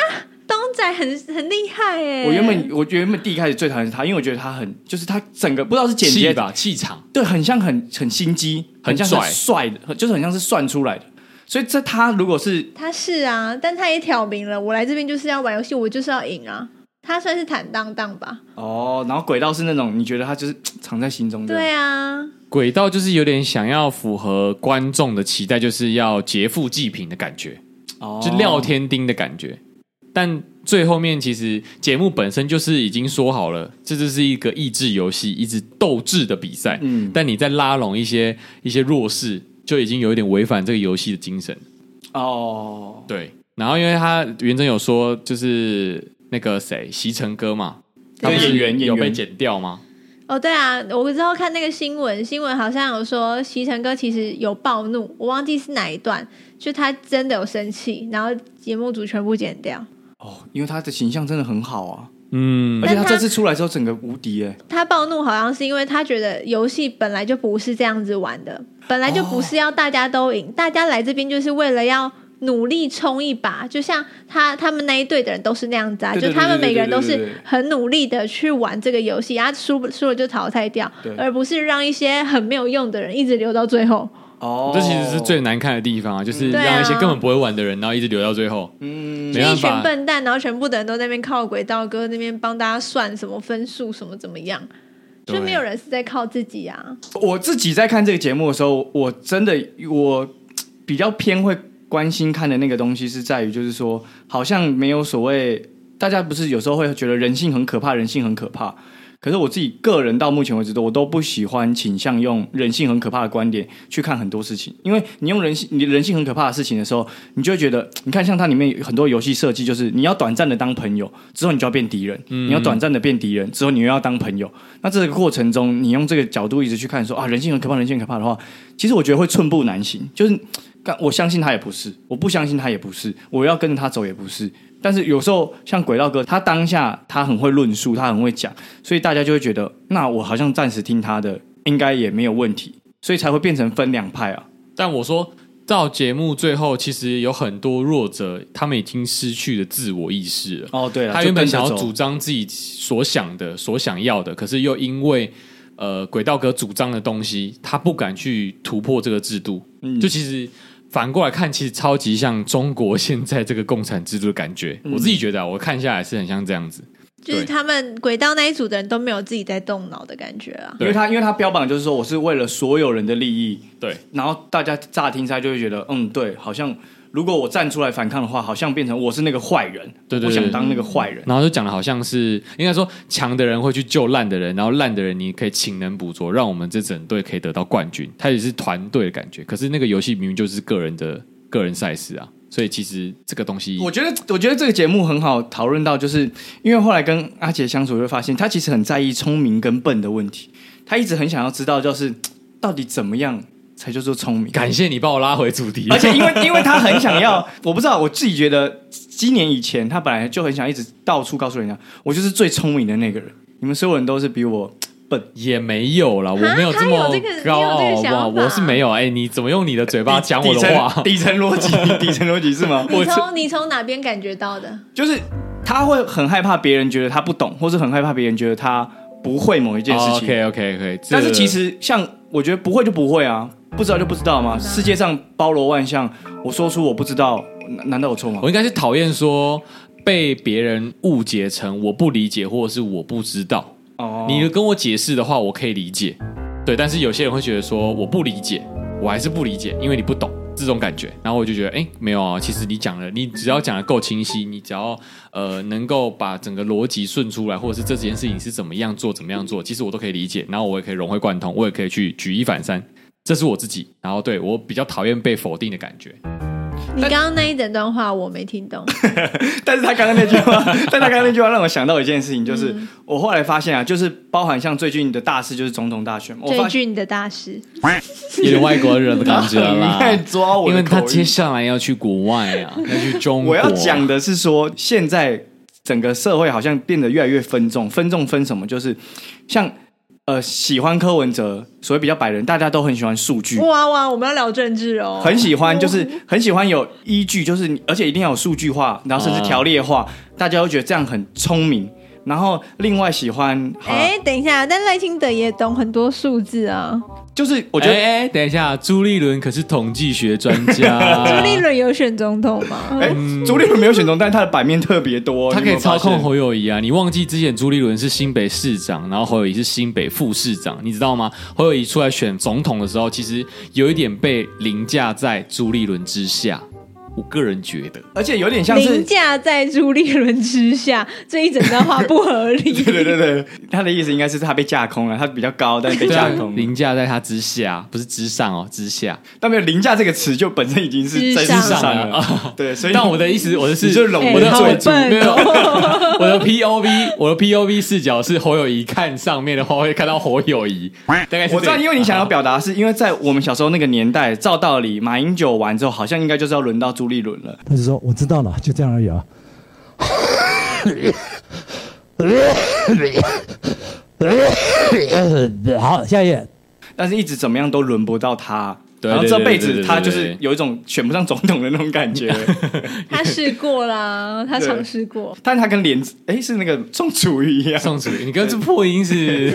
S4: 东仔很很厉害哎、
S1: 我原本我原本第一开始最讨厌是他，因为我觉得他很就是他整个不知道是剪
S5: 气
S1: 接
S5: 吧，气场。
S1: 对，很像很很心机，很像
S5: 很
S1: 是帅的，就是很像是算出来的。所以这他如果是
S4: 他是啊，但他也挑明了，我来这边就是要玩游戏，我就是要赢啊。他算是坦荡荡吧？
S1: 哦，然后轨道是那种你觉得他就是嘖藏在心中的，
S4: 对啊，
S5: 轨道就是有点想要符合观众的期待，就是要劫富济贫的感觉。
S1: 哦
S5: 就廖天丁的感觉。但最后面其实节目本身就是已经说好了，这就是一个益智游戏，一直斗智的比赛。
S1: 嗯
S5: 但你在拉拢一些一些弱势，就已经有一点违反这个游戏的精神。
S1: 哦，
S5: 对，然后因为他原真有说，就是那个谁，席城哥嘛，他
S1: 对
S5: 不是
S1: 演员
S5: 有
S1: 演
S5: 被
S1: 员
S5: 剪掉吗？
S4: 哦对啊，我之后看那个新闻，新闻好像有说席城哥其实有暴怒，我忘记是哪一段，就他真的有生气，然后节目组全部剪掉。
S1: 哦，因为他的形象真的很好啊，
S5: 嗯
S1: 而，且他
S4: 他
S1: 这次出来之后整个无敌哎、
S4: 他暴怒好像是因为他觉得游戏本来就不是这样子玩的，本来就不是要大家都
S1: 哦
S4: 赢，大家来这边就是为了要努力冲一把。就像他他们那一队的人都是那样子啊，
S1: 对对
S4: 就
S1: 对
S4: 他们每个人都
S1: 对对对
S4: 是
S1: 对对
S4: 很努力的去玩这个游戏，啊输不输了就淘汰掉
S1: 对，
S4: 而不是让一些很没有用的人一直留到最后。
S1: 哦，
S5: 嗯这其实是最难看的地方啊，就是
S4: 对啊
S5: 让一些根本不会玩的人，然后一直留到最后。
S1: 嗯
S5: 没
S4: 就
S5: 办
S4: 一群
S5: 法
S4: 笨蛋，然后全部的人都在那边靠轨道哥那边帮大家算什么分数什么怎么样，就
S5: 对
S4: 没有人是在靠自己啊。
S1: 我自己在看这个节目的时候，我真的我嘖比较偏会关心看的那个东西是在于，就是说好像没有所谓，大家不是有时候会觉得人性很可怕，人性很可怕。可是我自己个人到目前为止都我都不喜欢倾向用人性很可怕的观点去看很多事情，因为你用人性你人性很可怕的事情的时候，你就会觉得，你看像它里面有很多游戏设计就是你要短暂的当朋友，之后你就要变敌人，你要短暂的变敌人，之后你又要当朋友。那这个过程中，你用这个角度一直去看说啊人性很可怕，人性很可怕的话，其实我觉得会寸步难行，就是。但我相信他也不是，我不相信他也不是，我要跟着他走也不是。但是有时候像轨道哥，他当下他很会论述，他很会讲，所以大家就会觉得，那我好像暂时听他的，应该也没有问题，所以才会变成分两派啊。
S5: 但我说到节目最后，其实有很多弱者，他们已经失去了自我意识了。
S1: 哦，对了，
S5: 他原本想要主
S1: 组，
S5: 张自己所想的、所想要的，可是又因为呃轨道哥主张的东西，他不敢去突破这个制度。就其实反过来看，其实超级像中国现在这个共产制度的感觉。我自己觉得、啊，我看下来是很像这样子。
S4: 就是他们轨道那一组的人都没有自己在动脑的感觉啊。
S1: 因为他因为他标榜就是说我是为了所有人的利益，
S5: 对，
S1: 然后大家乍听下就会觉得，嗯，对，好像如果我站出来反抗的话，好像变成我是那个坏人，
S5: 对对对
S1: 我想当那个坏人。
S5: 然后就讲的好像是应该说强的人会去救烂的人，然后烂的人你可以勤能补拙，让我们这整队可以得到冠军。它也是团队的感觉，可是那个游戏明明就是个人的个人赛事啊，所以其实这个东西
S1: 我觉得，我觉得这个节目很好讨论到，就是因为后来跟阿杰相处，会发现他其实很在意聪明跟笨的问题，他一直很想要知道，就是到底怎么样才叫做聪明。
S5: 感谢你把我拉回主题，
S1: 而且因 为因为他很想要，我不知道，我自己觉得今年以前他本来就很想一直到处告诉人家，我就是最聪明的那个人，你们所有人都是比我笨。
S5: 也没有啦，我没这么
S4: 他有这个
S5: 高
S4: 你
S5: 傲
S4: 有这个想
S5: 哇，
S4: 法
S5: 我是没有哎、你怎么用你的嘴巴讲我的话？
S1: 底层底层逻 辑，底层逻辑是吗？
S4: 你从你从哪边感觉到的？
S1: 就是他会很害怕别人觉得他不懂，或是很害怕别人觉得他不会某一件事情。
S5: 哦 OK OK OK，
S1: 但是其实像我觉得不会就不会啊，不知道就不知道嘛。世界上包罗万象，我说出我不知道，难难道有错吗
S5: 我？应该是讨厌说被别人误解成我不理解或者是我不知道。
S1: 哦
S5: 你跟我解释的话，我可以理解，对。但是有些人会觉得说我不理解，我还是不理解，因为你不懂这种感觉。然后我就觉得，哎，没有啊，其实你讲了，你只要讲的够清晰，你只要呃能够把整个逻辑顺出来，或者是这件事情是怎么样做，怎么样
S1: 嗯
S5: 做，其实我都可以理解。然后我也可以融会贯通，我也可以去举一反三。这是我自己，然后对我比较讨厌被否定的感觉。
S4: 你刚刚那一整段话我没听懂，
S1: 但是他刚刚那句话，但他刚刚那句话让我想到一件事情，就是、我后来发现啊，就是包含像最近的大事就是总统大选嘛，我
S4: 追
S1: 发现
S4: 剧你的大师，
S5: 有点外国人的感觉
S1: 你
S5: 啦。
S1: 在抓我
S5: 因
S1: 的
S5: 为
S1: 口
S5: 他
S1: 音，
S5: 接下来要去国外啊，要去中国。
S1: 我要讲的是说，现在整个社会好像变得越来越分众，分众分什么？就是像呃，喜欢柯文哲，所谓比较百人，大家都很喜欢数据。
S4: 哇哇，我们要聊政治哦，
S1: 嗯很喜欢，就是很喜欢有依据，就是你而且一定要有数据化，然后甚至条列化，大家会觉得这样很聪明。然后另外喜欢，好
S4: 哎、等一下，但赖清德也懂很多数字啊。
S1: 就是我
S5: 我
S1: 觉
S5: 觉得，
S1: 得，
S5: 哎、等一下，朱立伦可是统计学专 家，
S4: 朱立，伦有选总统吗？
S1: 哎，朱立伦没有选中，但他的版面特别多，
S5: 他
S1: 你
S5: 可
S1: 有
S5: 以
S1: 没有发
S5: 操
S1: 现
S5: 控侯友谊啊！你忘记之前朱立伦是新北市长，然后侯友谊是新北副市长，你知道吗？侯友谊出来选总统的时候，其实有一点被凌驾在朱立伦之下。我个人觉得，
S1: 而且有点像是
S4: 凌驾在朱立伦之下，这一整段话不合 理。
S1: 对对对，他的意思应该是他被架空了，他比较高，但是被
S5: 对啊
S1: 架空，
S5: 凌驾在他之下，不是之上哦，之下。
S1: 但没有“凌驾”这个词，就本身已经是在
S4: 智
S1: 智
S4: 商
S1: 上
S5: 了
S1: 了。对，所以
S5: 但我的意思，我的是，
S1: 你就笼
S4: 哎
S5: 我的
S4: 好
S5: 我的
S4: 笨
S5: 没有，
S4: 哦！
S5: 我的 POV，我的 POV 视角是侯友谊看上面的话，会看到侯友 谊，大概是
S1: 我知道，因为你想要表达是因为在我们小时候那个年代，照道理马英九完之后，好像应该就是要轮到朱立伦了。
S6: 他就说我知道了，就这样而已啊。 好，下一页。
S1: 但是一直怎么样都轮不到他。
S5: 对
S1: 然后
S5: 对
S1: 这
S5: 对
S1: 辈
S5: 对
S1: 子
S5: 对
S1: 他
S5: 对
S1: 就是
S5: 对
S1: 有一种选不上总统的那种感 觉，
S4: 他试过啦，他尝试过。
S1: 但是他跟连哎是那个宋楚瑜一样，
S5: 宋楚瑜，你跟这破音是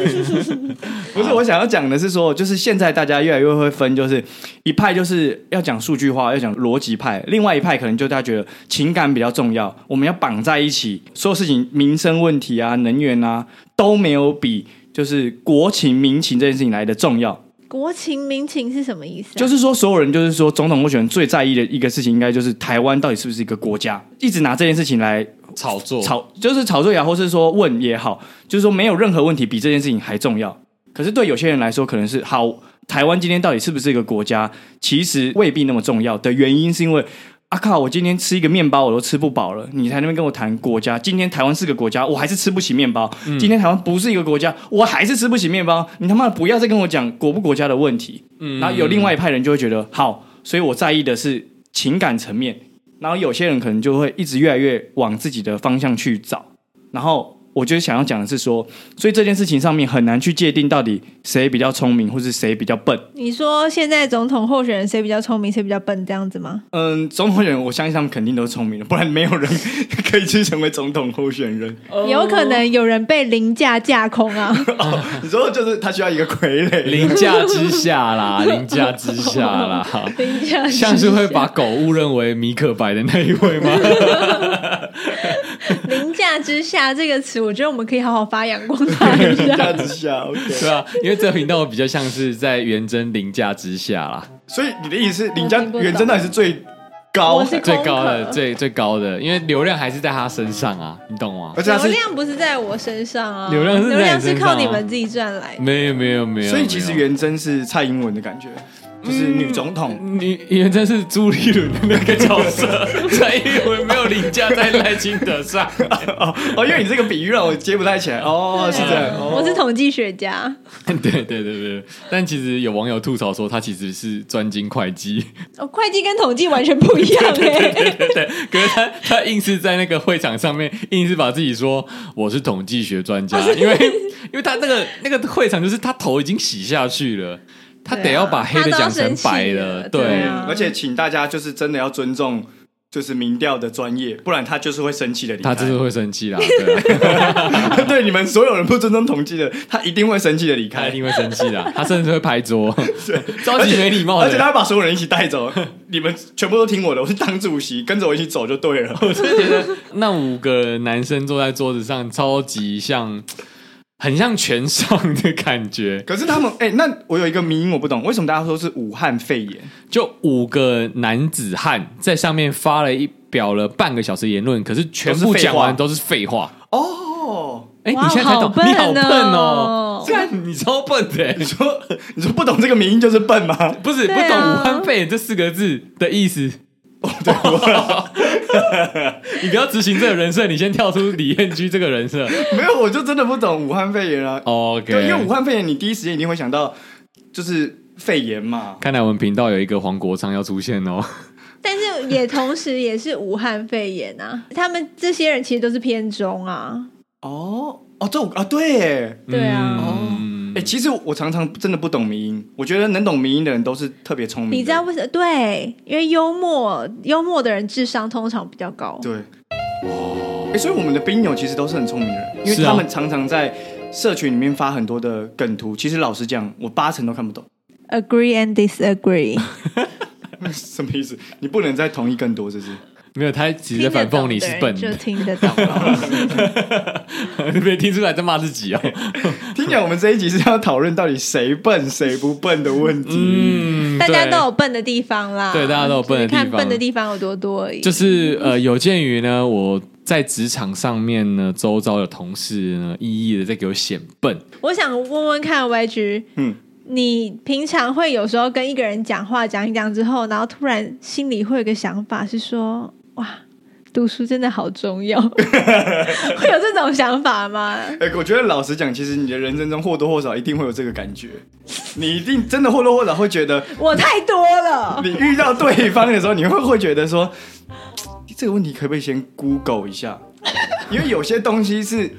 S1: 不是，我想要讲的是说，就是现在大家越来越会分，就是一派就是要讲数据化，要讲逻辑派；，另外一派可能就大家觉得情感比较重要，我们要绑在一起，所有事情民生问题啊、能源啊都没有比就是国情民情这件事情来的重要。
S4: 国情民情是什么意思、啊？
S1: 就是说，所有人就是说，总统候选人最在意的一个事情，应该就是台湾到底是不是一个国家，一直拿这件事情来
S5: 炒作
S1: 炒，就是炒作也好，或是说问也好，就是说没有任何问题比这件事情还重要。可是对有些人来说，可能是好，台湾今天到底是不是一个国家，其实未必那么重要的原因，是因为。啊靠！我今天吃一个面包我都吃不饱了，你才那边跟我谈国家。今天台湾是个国家，我还是吃不起面包。今天台湾不是一个国家，我还是吃不起面包。你他妈不要再跟我讲国不国家的问题。然后有另外一派人就会觉得好，所以我在意的是情感层面。然后有些人可能就会一直越来越往自己的方向去找。然后我就想要讲的是说，所以这件事情上面很难去界定到底谁比较聪明，或是谁比较笨。
S4: 你说现在总统候选人谁比较聪明，谁比较笨这样子吗？
S1: 嗯，总统候选人，我相信他们肯定都是聪明的，不然没有人可以去成为总统候选人。
S5: 哦
S4: 有可能有人被凌驾架空 啊，
S1: 你说就是他需要一个傀儡，
S5: 凌驾之下 啦，凌驾之下啦，
S4: 凌驾之
S5: 像是会
S4: 下
S5: 把狗误认为米可白的那一位 吗？
S4: 凌驾之下这个词，我觉得我们可以好好发扬光大一
S1: 凌
S4: 下。
S1: 驾之下。OK，
S5: 对啊，因为这个频道比较像是在元真凌驾之下啦，
S1: 所以你的意思是，凌驾
S4: 我听不懂
S1: 远征到底是最高
S4: 我，是
S5: 最高
S4: 空
S5: 的
S4: 壳
S5: 最最高的，因为流量还是在他身上啊，你懂吗
S1: 而？ 且他
S4: 流
S1: 是，
S4: 量不是在我身上啊，
S5: 流量是在你
S4: 是
S5: 身上啊
S4: 靠你们自己赚来的。
S5: 没有没有没有，
S1: 所以其实
S5: 没有
S1: 元真是蔡英文的感觉，就是女总统。
S5: 你元真是朱立伦的那个角色，蔡英文没有凌驾在赖清德上。
S1: 哦
S5: 嗯
S1: 哦，因为你这个比喻让我接不太起来。哦，是这样。哦
S4: 啊我是统计学家，
S5: 对对对对，但其实有网友吐槽说他其实是专精会 计，
S4: 哦，会计跟统计完全不一样哎、
S5: 对，可是他他硬是在那个会场上面，硬是把自己说我是统计学专 家，因为因为他那个那个会场就是他头已经洗下去了， 他得要把黑的讲成白的，
S4: 他都要生
S5: 对
S4: 气了 对啊
S1: 而且请大家就是真的要尊重，就是民调的专业，不然他就是会生气的离开。
S5: 他就是会生气啦，对，啊
S1: 对你们所有人不尊重统计的，他一定会生气的离
S5: 他
S1: 开
S5: 一。定会生气啦，他甚至会拍 桌，超级没礼貌
S1: 而且他
S5: 的。
S1: 会把所有人一起带走，你们全部都听我的，我是党主席，跟着我一起走就对了。
S5: 我真的觉得那五个男生坐在桌子上，超级像，很像全上的感觉。
S1: 可是他们，哎、那我有一个迷因我不懂，为什么大家说是武汉肺炎？
S5: 就五个男子汉在上面发了一表了半个小时言论，可是全部讲完都是废话。
S1: 哦，
S5: 哎、
S4: 哇
S5: 你现在才懂，
S4: 好笨哦
S5: 你好笨哦，看 你超笨的、
S1: 你说你说不懂这个迷因就是笨吗？
S5: 不是、
S4: 对
S5: 不
S4: 啊
S5: 懂“武汉肺炎”这四个字的意思。哦 你不要执行这个人设，你先跳出李彦居这个人 设。
S1: 没有，我就真的不懂武汉肺炎啊。
S5: OK，
S1: 对，因为武汉肺炎，你第一时间一定会想到就是肺炎嘛。
S5: 看来我们频道有一个黄国昌要出现哦。
S4: 但是也同时也是武汉肺炎啊。他们这些人其实都是偏中啊，
S1: 哦哦，这我啊对耶，
S5: 嗯
S4: 对啊。
S5: 哦
S1: 哎、其实我常常真的不懂迷音，我觉得能懂迷音的人都是特别聪明的。
S4: 你知道为什么？对，因为幽默幽默的人智商通常比较高。
S1: 对，哇、哎所以我们的兵友其实都是很聪明的人，因为
S5: 是啊
S1: 他们常常在社群里面发很多的梗图。其实老实讲，我八成都看不懂，
S4: Agree and disagree，
S1: 什么意思？你不能再同意更多，是不是？
S5: 没有，他其实
S4: 听
S5: 在
S4: 得
S5: 反讽
S4: 懂
S5: 你
S4: 的
S5: 是
S4: 人
S5: 笨
S4: 就
S5: 的，
S4: 听得懂 了。
S5: 你没听出来在骂自 己哦。
S1: 听起来我们这一集是要讨论到底谁笨谁不笨的问题。
S5: 嗯，
S4: 大家
S5: 对
S4: 都有笨的地方啦，
S5: 对大家都有笨的地方
S4: 就是看笨的地方有多多而已。
S5: 就是呃，有鉴于呢，我在职场上面呢，周遭的同事呢，一一的在给我显笨。
S4: 我想问问看 YG，
S1: 嗯
S4: 你平常会有时候跟一个人讲话讲一讲之后，然后突然心里会有个想法是说，哇，读书真的好重 要，会有这种想法吗？
S1: 哎、我觉得老实讲，其实你的人生中或多或少一定会有这个感觉，你一定真的或多或少会觉得，
S4: 我太多了，
S1: 你遇到对方的时候，你会会觉得说，这个问题可不可以先 Google 一下？因为有些东西是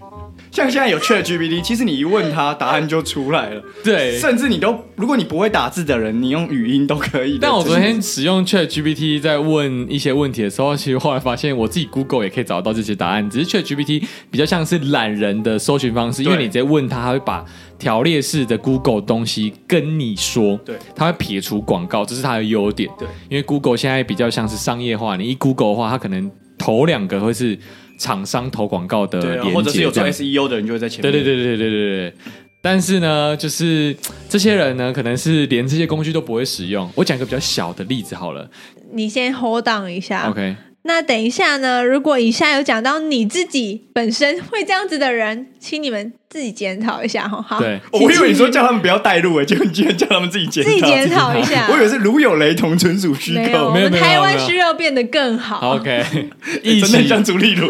S1: 像现在有 ChatGPT，其实你一问他，答案就出来了。
S5: 对
S1: 甚至你都如果你不会打字的人，你用语音都可以的。
S5: 但我昨
S1: 只
S5: 天
S1: 是
S5: 使用 Chat GPT 在问一些问题的时候，其实后来发现我自己 Google 也可以找到这些答案，只是 Chat GPT 比较像是懒人的搜寻方式，因为
S1: 对
S5: 你直接问他，他会把条列式的 Google 东西跟你说，
S1: 对
S5: 他会撇除广告，这是它的优点。
S1: 对，
S5: 因为 Google 现在比较像是商业化，你一 Google 的话，它可能头两个会是厂商投广告的
S1: 对、
S5: 连
S1: 啊
S5: 接，，
S1: 或者是有
S5: 这
S1: 做
S5: 样
S1: SEO 的人就会在前
S5: 对
S1: 面。
S5: 对对对对对对。但是呢，就是这些人呢，可能是连这些工具都不会使用。我讲一个比较小的例子好了
S4: 你先 hold on 一下。
S5: ，OK，
S4: 那等一下呢？如果以下有讲到你自己本身会这样子的人，请你们自己检讨一下哈。好，
S5: 对，
S1: 哦我以为你说叫他们不要带路诶，结果你居然叫他们自己检讨。
S4: 自己检讨一下。
S1: 我以为是如有雷同，纯属虚
S4: 没有，
S1: 构
S4: 我。
S5: 没有
S4: 们
S5: 没有
S4: 台湾
S5: 没有
S4: 需要变得更好。
S5: 好 OK，
S1: 欸
S5: 一
S1: 真的
S5: 起
S1: 像朱立伦，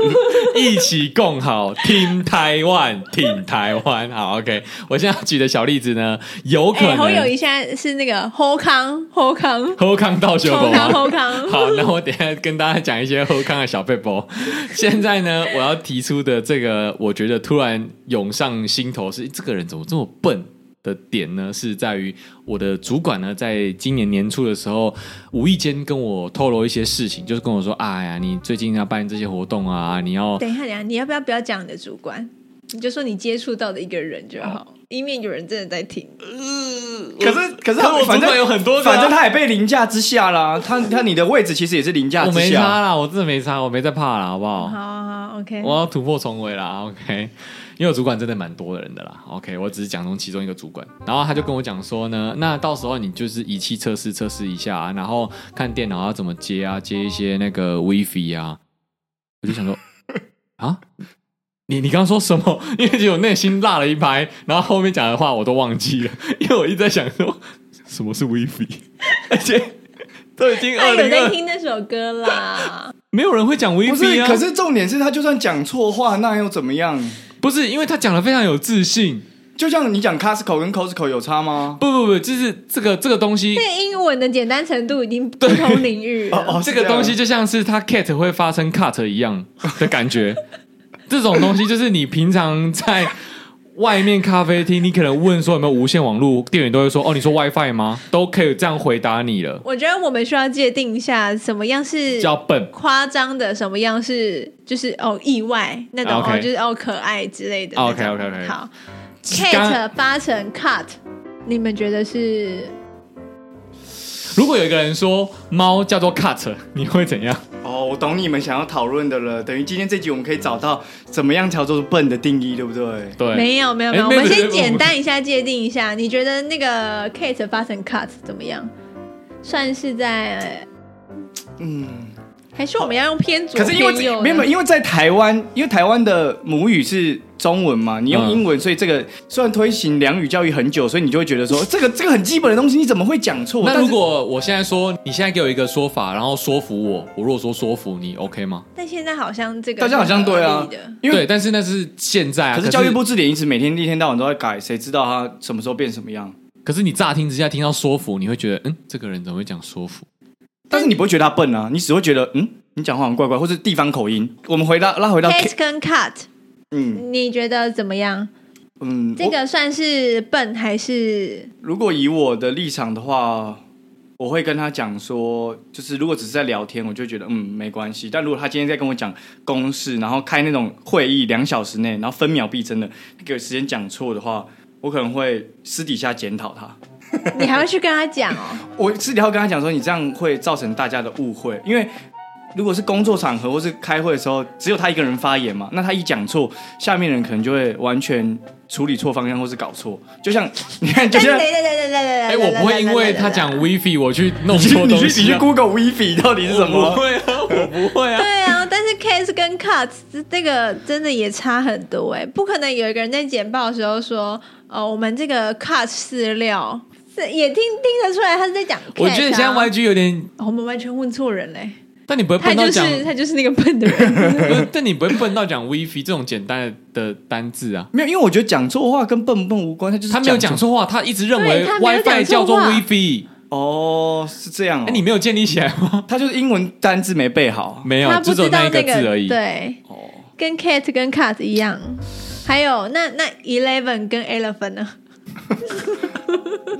S5: 一起共好，挺台湾，挺台湾。好，OK，我现在要举的小例子呢，有可
S4: 哎、
S5: 能
S4: 侯友谊现在是那个侯康，侯康，
S5: 喝康到酒
S4: 侯
S5: 狗
S4: 康，
S5: 吗
S4: 侯？ 康。
S5: 好，那我等一下跟大家讲一些喝康的小背包。 现在呢，我要提出的这个，我觉得突然涌上心头是这个人怎么这么笨的点呢，是在于我的主管呢，在今年年初的时候，无意间跟我透露一些事情，就是跟我说：“哎呀，你最近要办这些活动啊，你要
S4: 等一下，等一下，你要不要不要讲你的主观？你就说你接触到的一个人就好，以免有人真的在听。
S1: 可是可是他
S5: 嗯
S1: 反
S5: 我主管
S1: 正
S5: 有很多个啊
S1: 反正他也被凌驾之下啦。他他你的位置其实也是凌驾
S5: 我
S1: 之
S5: 没差
S1: 下。
S5: 啦，我真的没差，我没在怕啦，好不好？
S4: 好好好，OK。
S5: 我要突破重围啦，OK。因为我主管真的蛮多人的啦，OK。我只是讲中其中一个主管，然后他就跟我讲说呢，那到时候你就是仪器测试测试一下、啊，然后看电脑要怎么接啊，接一些那个 WiFi 啊。我就想说啊，你你刚刚说什么？因为其实我内心落了一拍，然后后面讲的话我都忘记了，因为我一直在想说什么是 WiFi，而 且都已经
S4: 他
S5: 二
S4: 有
S5: 零
S4: 在
S5: 二，
S4: 听那首歌啦，
S5: 没有人会讲
S1: 不
S5: WiFi
S1: 是，
S5: 啊。
S1: 可是重点是他就算讲错话，那又怎么样？
S5: 不是因为他讲的非常有自信。
S1: 就像你讲 Costco 跟 Costco 有差吗？
S5: 不不不，就是这个这个东西
S4: 这，个英文的简单程度已经不同领域 了。
S1: 哦
S5: 这个东西就像是它 cat 会发生 cut 一样的感 觉。这种东西就是你平常在外面咖啡厅，你可能问说有没有无线网络，店员都会说哦，你说 WiFi 吗？都可以这样回答你了，
S4: 我觉得我们需要界定一下，什么样是
S5: 叫笨。
S4: 夸张的，什么样是就是哦意外那
S1: 啊
S4: 种
S5: OK
S4: 哦，就是哦可爱之类的那种。
S5: OK，OK，OK
S4: 好
S5: 刚刚
S4: ，Kate 八成 cut，你们觉得是？
S5: 如果有一个人说猫叫做 cut，你会怎样？
S1: 哦，我懂你们想要讨论的了。等于今天这集我们可以找到怎么样叫做笨的定义，对不 对？
S5: 对，
S4: 没有没有没
S5: 哎
S4: 有，我
S5: 没有
S4: 们
S5: 没有
S4: 先
S5: 没有
S4: 简单一下界定一下，你觉得那个 Kate 八成 cut 怎么样？算是在
S1: 嗯。
S4: 还是我们要用偏左
S1: 可是因为
S4: 偏右
S1: 这
S4: 呢
S1: 没有，没有因为在台湾，因为台湾的母语是中文嘛，你
S5: 嗯
S1: 用英文，所以这个虽然推行两语教育很久，所以你就会觉得说，这个这个很基本的东西，你怎么会讲错？
S5: 那
S1: 但
S5: 如
S1: 是
S5: 果我现在说你现在给我一个说法，然后说服我，我如果说说服你，OK 吗？
S4: 但现在好像这个
S1: 大家好像
S4: 是合
S1: 对啊
S4: 理的，
S1: 因为
S5: 对，但是那是现在啊。
S1: 可是教育部字典一直每天一天到晚都在改，谁知道它什么时候变什么样？
S5: 可是你乍听之下听到说服，你会觉得，嗯，这个人怎么会讲说服？
S1: 但是你不会觉得他笨啊，你只会觉得嗯，你讲话很怪怪，或是地方口音。我们回到拉回到 K，
S4: Kate 跟 cut，
S1: 嗯
S4: 你觉得怎么样？
S1: 嗯，
S4: 这
S1: 我
S4: 个算是笨还是
S1: 如果以我的立场的话，我会跟他讲说，就是如果只是在聊天，我就觉得嗯没关系。但如果他今天在跟我讲公事，然后开那种会议两小时内，然后分秒必争的，他给我时间讲错的话，我可能会私底下检讨他。
S4: 你还会去跟他讲哦？
S1: 我私底下会跟他讲说，你这样会造成大家的误会，因为如果是工作场合或是开会的时候，只有他一个人发言嘛，那他一讲错，下面的人可能就会完全处理错方向或是搞错。就像你 看，就
S4: 但是
S1: 像
S4: 对对对对对
S5: 哎哎，我不会因为他讲 WiFi 我去弄
S1: 你去
S5: 错
S1: 你
S5: 东
S1: 去你
S5: 西
S1: 去
S5: 啊。
S1: Google WiFi 到底是什
S5: 我
S1: 么？
S5: 不 会啊，我不会啊。
S4: 对啊，但是 case 跟 cut 这这个真的也差很多哎、不可能有一个人在简报的时候说，哦，我们这个 cut 饲料，这也听听得出来他是在讲 case
S5: 我
S4: 啊、
S5: 觉得你现在 YG 有点，
S4: 哦我们完全问错人嘞、
S5: 但你不会
S4: 他
S5: 笨到
S4: 就
S5: 讲，
S4: 是他就是那个笨 的人，
S5: 不是但你不会笨到讲 WiFi 这种简单的单字啊。
S1: 没有，因为我觉得讲错话跟笨不笨无关，他就是
S5: 他没有讲错话，他一直认为
S4: 对他没有讲
S5: WiFi 叫做
S4: 错话
S5: WiFi。
S1: 哦，是这样、哦。
S5: 哎，你没有建立起来 吗？
S1: 他就是英文单字没背好，
S5: 没有
S4: 他，
S5: 就
S4: 不
S5: 只有
S4: 知道
S5: 一个字而已。
S4: 对，
S1: 哦，
S4: 跟 cat 跟 cut 一样。还有那那 eleven 跟 elephant 呢？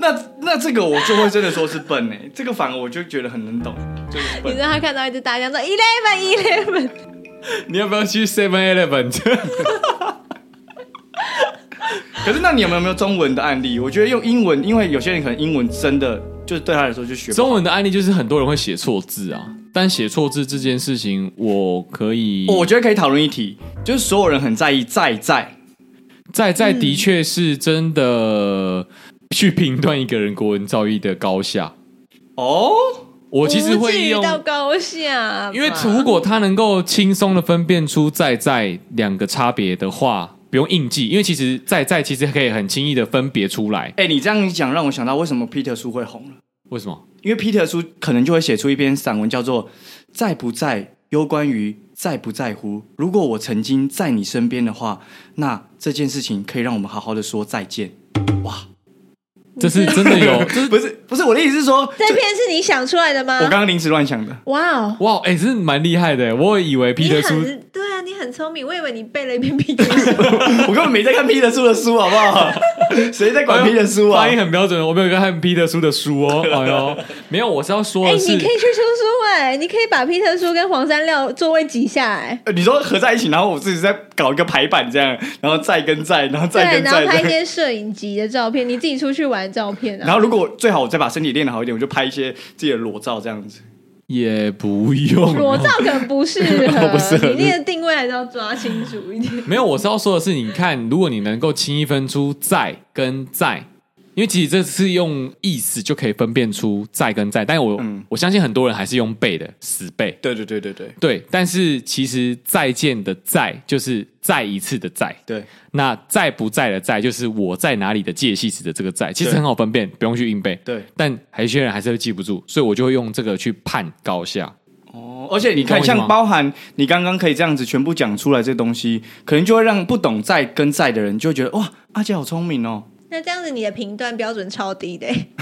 S1: 那那这个我就会真的说是笨哎、这个反而我就觉得很能懂，就是
S4: 你
S1: 笨
S4: 知。道他看到一只大象说 eleven eleven，
S5: 你要不要去 Seven Eleven？
S1: 可是那你有没有没有中文的案例？我觉得用英文，因为有些人可能英文真的就是对他来说就学不好
S5: 中文的案例就是很多人会写错字啊，但写错字这件事情，我可以，
S1: 哦我觉得可以讨论一题，就是所有人很在意在在，
S5: 在在
S4: 嗯
S5: 的确是真的去评断一个人国文造诣的高下。
S1: 哦，
S5: 我其实
S4: 不至
S5: 会
S4: 于
S5: 用，
S4: 到高下吧，
S5: 因为如果他能够轻松的分辨出在在两个差别的话，不用硬记，因为其实在在其实可以很轻易的分别出来。
S1: 哎，你这样一讲让我想到为什么 Peter 叔会红了，
S5: 为什么？
S1: 因为 Peter 叔可能就会写出一篇散文，叫做《在不在》，攸关于在不在乎。如果我曾经在你身边的话，那这件事情可以让我们好好的说再见。
S5: 这是真的 有，这是
S1: 不是不是我的意思是说，
S4: 这篇是你想出来的吗
S1: 我？刚刚临时乱想的。
S4: 哇哦，
S5: 哇，哎、这是蛮厉害的。我以为
S4: 你
S5: Peter 叔
S4: 很对啊，你很聪明，我以为你背了一篇 P 书。
S1: 我根本没在看 Peter 叔的书，好不 好？谁在管 Peter 叔啊
S5: 哎发？音很标准，我没有看 Peter 叔的书 哦。哎呦，没有，我是要说
S4: 哎，
S5: 的
S4: 你可
S5: 是
S4: 以去，出书哎，你可以把 P 书跟黄山料座位挤下哎来，
S1: 呃你说合在一起，然后我自己在搞一个排版这样，然后再跟再，然后
S4: 对
S1: 再，跟
S4: 然后
S1: 再
S4: 拍一
S1: 再。
S4: 些摄影集的照片，你自己出去玩的照片
S1: 然
S4: 啊。
S1: 后如果最好我再把身体练得好一点，我就拍一些自己的裸照这样子。
S5: 也不用哦
S4: 裸照可能不适
S1: 不适合
S4: 合，你那个定位还是要抓清楚一点。
S5: 没有，我是要说的是，你看，如果你能够轻易分出在跟在，因为其实这次用意思就可以分辨出在跟在，但我、
S1: 嗯
S5: 我相信很多人还是用背的死背，
S1: 对对对对对
S5: 对，但是其实再见的在就是再一次的在，
S1: 对，
S5: 那在不在的在就是我在哪里的介系词的这个在，其实
S1: 对
S5: 很好分辨，不用去硬背。
S1: 对，
S5: 但还有些人还是会记不住，所以我就会用这个去判高下。
S1: 哦而且你看，
S5: 你懂我意思吗
S1: 像包含你刚刚可以这样子全部讲出来这东西，可能就会让不懂在跟在的人就会觉得哇，阿姐好聪明哦。
S4: 那这样子，你的评断标准超低的、欸，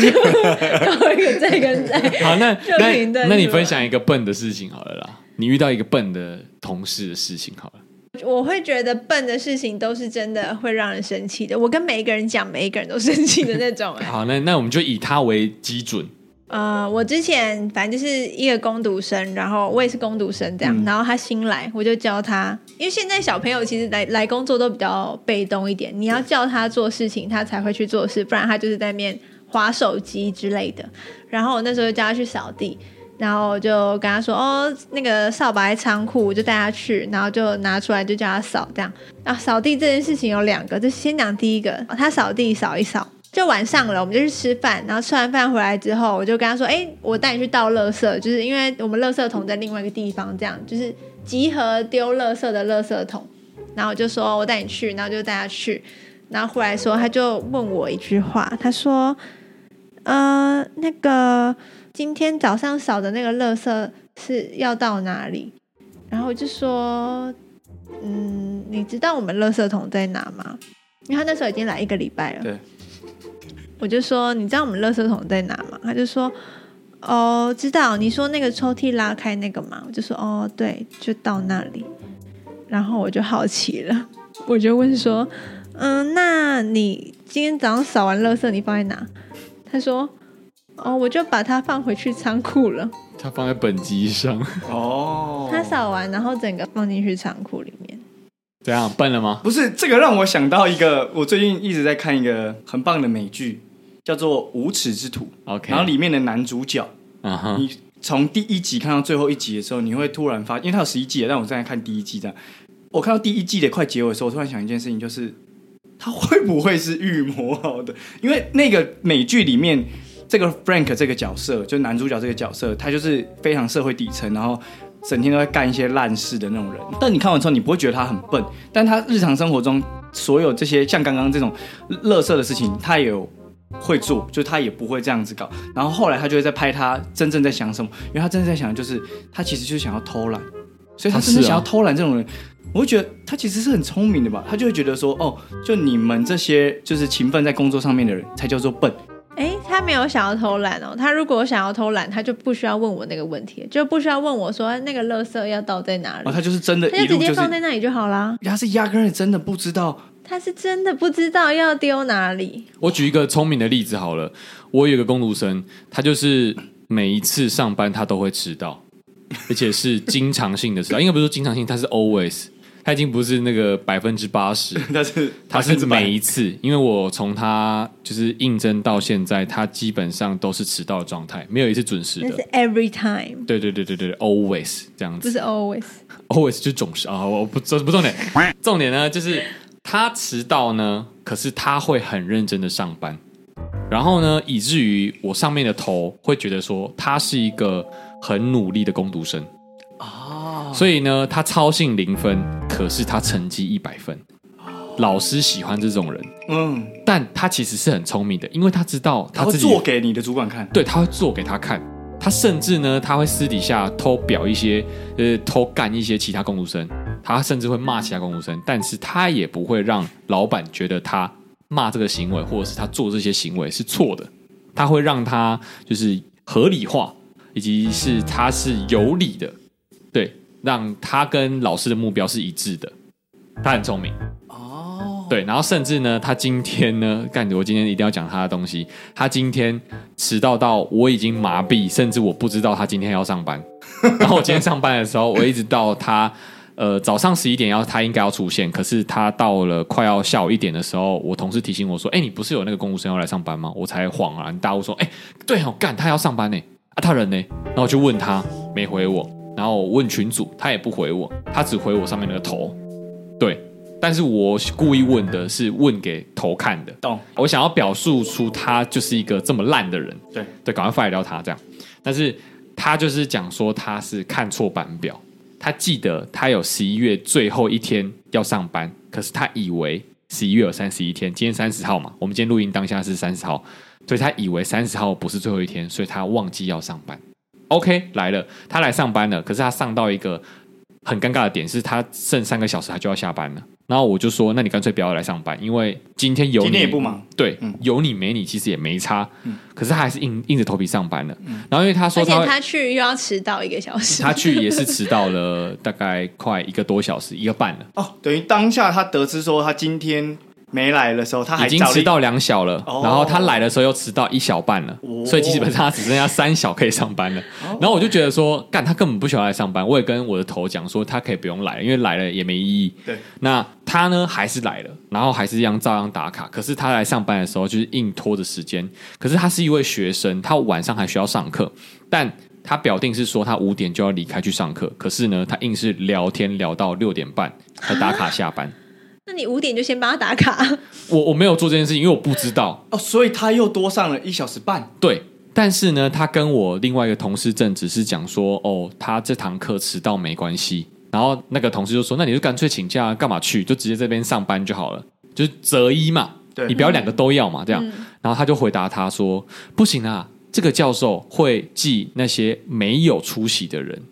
S4: 就高一个在跟在。
S5: 好，那
S4: 就
S5: 那
S4: 评论
S5: 那你
S4: 出来
S5: 分享一个笨的事情好了啦，你遇到一个笨的同事的事情好了。
S4: 我会觉得笨的事情都是真的会让人生气的。我跟每一个人讲，每一个人都生气的那种、 哎，
S5: 好，那那我们就以他为基准。
S4: 呃，我之前反正就是一个工读生，然后我也是工读生这样，然后他新来，我就教他，因为现在小朋友其实来来工作都比较被动一点，你要叫他做事情，他才会去做事，不然他就是在面划手机之类的。然后我那时候就叫他去扫地，然后我就跟他说：“哦，那个扫把在仓库，我就带他去，然后就拿出来就叫他扫。”这样啊，扫地这件事情有两个，就先讲第一个，哦他扫地扫一扫。就晚上了，我们就去吃饭，然后吃完饭回来之后，我就跟他说：“哎、我带你去倒垃圾，就是因为我们垃圾桶在另外一个地方，这样就是集合丢垃圾的垃圾桶。”然后我就说：“我带你去。”然后就带他去，然后回来说，他就问我一句话，他说：“呃，那个今天早上扫的那个垃圾是要到哪里？”然后我就说：“嗯，你知道我们垃圾桶在哪吗？”因为他那时候已经来一个礼拜了。
S1: 对。
S4: 我就说：“你知道我们垃圾桶在哪吗？”他就说：“哦，知道。你说那个抽屉拉开那个嘛？”我就说：“哦，对，就到那里。”然后我就好奇了，我就问说：“嗯，那你今天早上扫完垃圾，你放在哪？”他说：“哦，我就把它放回去仓库了。
S5: 他放在本机上，
S1: 哦
S4: 他扫完，然后整个放进去仓库里面。
S5: 怎样笨了吗？
S1: 不是这个让我想到一个，我最近一直在看一个很棒的美剧，叫做《无耻之徒》。
S5: OK
S1: 然后里面的男主角，
S5: 啊哈，
S1: 你从第一集看到最后一集的时候，你会突然发，因为它有十一季，但我正在看第一季这样。我看到第一季的快结尾的时候，我突然想一件事情，就是他会不会是预谋好的？因为那个美剧里面，这个 Frank 这个角色，就是男主角这个角色，他就是非常社会底层，然后整天都在干一些烂事的那种人。但你看完之后，你不会觉得他很笨，但他日常生活中所有这些像刚刚这种乐色的事情，他也有会做，就他也不会这样子搞。然后后来他就会在拍他真正在想什么，因为他真正在想的就是他其实就是想要偷懒，所以他
S5: 啊
S1: 真的
S5: 是啊
S1: 想要偷懒这种人。我会觉得他其实是很聪明的吧，他就会觉得说，哦，就你们这些就是勤奋在工作上面的人才叫做笨，”
S4: 哎，他没有想要偷懒哦。他如果想要偷懒，他就不需要问我那个问题，就不需要问我说那个垃圾要倒在哪
S1: 然
S5: 哦
S4: 里，
S1: 哦后他就是真的
S4: 他
S1: 一
S4: 就直
S1: 路
S4: 接
S1: 就是
S4: 放在那里就好啦。
S1: 他是压根儿真的不知 道
S4: 他是真的不知道要丢哪里。
S5: 我举一个聪明的例子好了，我有一个工读生，他就是每一次上班他都会迟到，而且是经常性的迟到，应该不是说经常性，他是 always。他已经不是那个百分之八十，
S1: 但是
S5: 他
S1: 百分
S5: 是
S1: 之百
S5: 每一次，因为我从他就是应征到现在，他基本上都是迟到的状态，没有一次准时
S4: 那是
S5: 的。
S4: every time，
S5: 对对对对对，always 这样
S4: 不
S5: 子
S4: 是 always。
S5: ，always 就是总是啊，我不这不 重点，重点呢就是他迟到呢，可是他会很认真的上班，然后呢，以至于我上面的头会觉得说他是一个很努力的工读生
S4: 哦
S5: 啊，所以呢，他操性零分，可是他成绩一百分，老师喜欢这种人。
S1: 嗯，
S5: 但他其实是很聪明的，因为他知道
S1: 他
S5: 他
S1: 会
S5: 自己
S1: 做给你的主管看，
S5: 对，他会做给他看。他甚至呢，他会私底下偷表一些，呃，偷干一些其他工读生，他甚至会骂其他工读生，但是他也不会让老板觉得他骂这个行为，或者是他做这些行为是错的，他会让他就是合理化，以及是他是有理的，对，让他跟老师的目标是一致的，他很聪明。对，然后甚至呢，他今天呢，干，我今天一定要讲他的东西。他今天迟到到我已经麻痹，甚至我不知道他今天要上班。然后我今天上班的时候，我一直到他呃早上十一点要他应该要出现，可是他到了快要下午一点的时候，我同事提醒我说：“哎、你不是有那个公务生要来上班吗？”我才恍然大悟说：“哎、对哦，干，他要上班呢，啊，他人呢？”然后我就问他，没回我。然后我问群主，他也不回我，他只回我上面那个头。对，但是我故意问的是问给头看的，
S1: 懂？
S5: 我想要表述出他就是一个这么烂的人，
S1: 对
S5: 对，赶快 fire 掉他这样。但是他就是讲说他是看错班表，他记得他有十一月最后一天要上班，可是他以为十一月有三十一天，今天三十号嘛，我们今天录音当下是三十号，所以他以为三十号不是最后一天，所以他忘记要上班。OK，来了，他来上班了，可是他上到一个很尴尬的点是，他剩三个小时他就要下班了。然后我就说，那你干脆不要来上班，因为今天有你
S1: 今天也不忙，
S5: 对，
S1: 嗯
S5: 有你没你其实也没差，可是他还是硬硬着头皮上班了。然后因为他说
S4: 而且
S5: 他会
S4: 他去又要迟到一个小时，
S5: 他去也是迟到了大概快一个多小时，一个半了，
S1: 哦，等于当下他得知说他今天没来的时候，他 还
S5: 已经
S1: 找了
S5: 迟
S1: 一
S5: 到两小了。
S1: 哦
S5: 然后他来的时候又迟到一小半了，
S1: 哦
S5: 所以基本上他只剩下三小可以上班了。然后我就觉得说，干他根本不喜欢来上班。我也跟我的头讲说，他可以不用来了，因为来了也没意义。
S1: 对，
S5: 那他呢还是来了，然后还是一样照样打卡。可是他来上班的时候就是硬拖着时间。可是他是一位学生，他晚上还需要上课，但他表定是说他五点就要离开去上课。可是呢，他硬是聊天聊到六点半才打卡下班。
S4: 那你五点就先帮他打卡，
S5: 我我没有做这件事情，因为我不知道。
S1: 哦，所以他又多上了一小时半，
S5: 对，但是呢，他跟我另外一个同事正只是讲说，哦，他这堂课迟到没关系。然后那个同事就说，那你就干脆请假，干嘛去？就直接这边上班就好了，就是择一嘛。
S1: 对
S5: 你不要两个都要嘛，这样。
S4: 嗯
S5: 然后他就回答他说，不行啊，这个教授会记那些没有出席的人，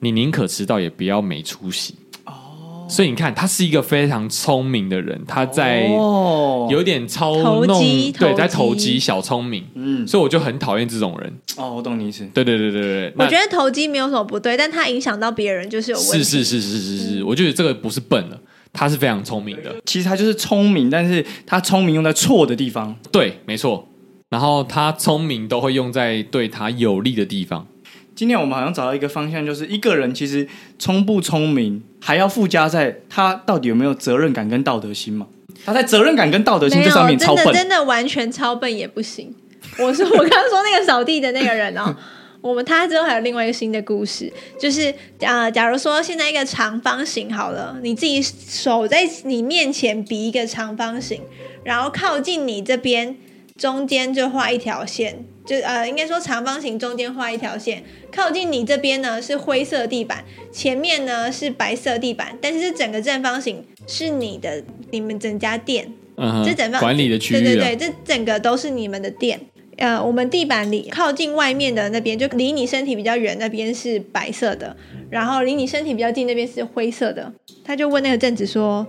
S5: 你宁可迟到也不要没出席。
S4: 哦
S5: 所以你看，他是一个非常聪明的人，他在
S1: 哦，
S5: 有点操
S4: 投
S5: 弄，
S4: 机
S5: 对，
S4: 投
S5: 在投
S4: 机
S5: 机小聪明，
S1: 嗯，
S5: 所以我就很讨厌这种人。
S1: 哦，我懂你意思，
S5: 对对对对对，
S4: 我
S5: 那
S4: 觉得投机没有什么不对，但他影响到别人就是有问
S5: 是
S4: 题。
S5: 是是是是
S4: 嗯
S5: 是，我觉得这个不是笨了，他是非常聪明的，
S1: 其实他就是聪明，但是他聪明用在错的地方。
S5: 对，没错。然后他聪明都会用在对他有利的地方，
S1: 今天我们好像找到一个方向，就是一个人其实聪不聪明，还要附加在他到底有没有责任感跟道德心嘛？他在责任感跟道德心
S4: 没
S1: 这上
S4: 有，
S1: 面
S4: 真
S1: 超
S4: 的
S1: 笨
S4: 真的完全超笨也不行。我说 我刚刚说那个扫地的那个人哦，我们他之后还有另外一个新的故事，就是呃，假如说现在一个长方形好了，你自己手在你面前比一个长方形，然后靠近你这边中间就画一条线，就呃应该说长方形中间画一条线，靠近你这边呢是灰色地板，前面呢是白色地板，但是这整个正方形是你的你们整家店。
S5: 嗯
S4: 这
S5: 哼
S4: 整，个
S5: 管理的区域
S4: 对
S5: 了
S4: 对对，，这整个都是你们的店。呃，我们地板里靠近外面的那边，就离你身体比较远那边是白色的，然后离你身体比较近那边是灰色的。他就问那个正子说：“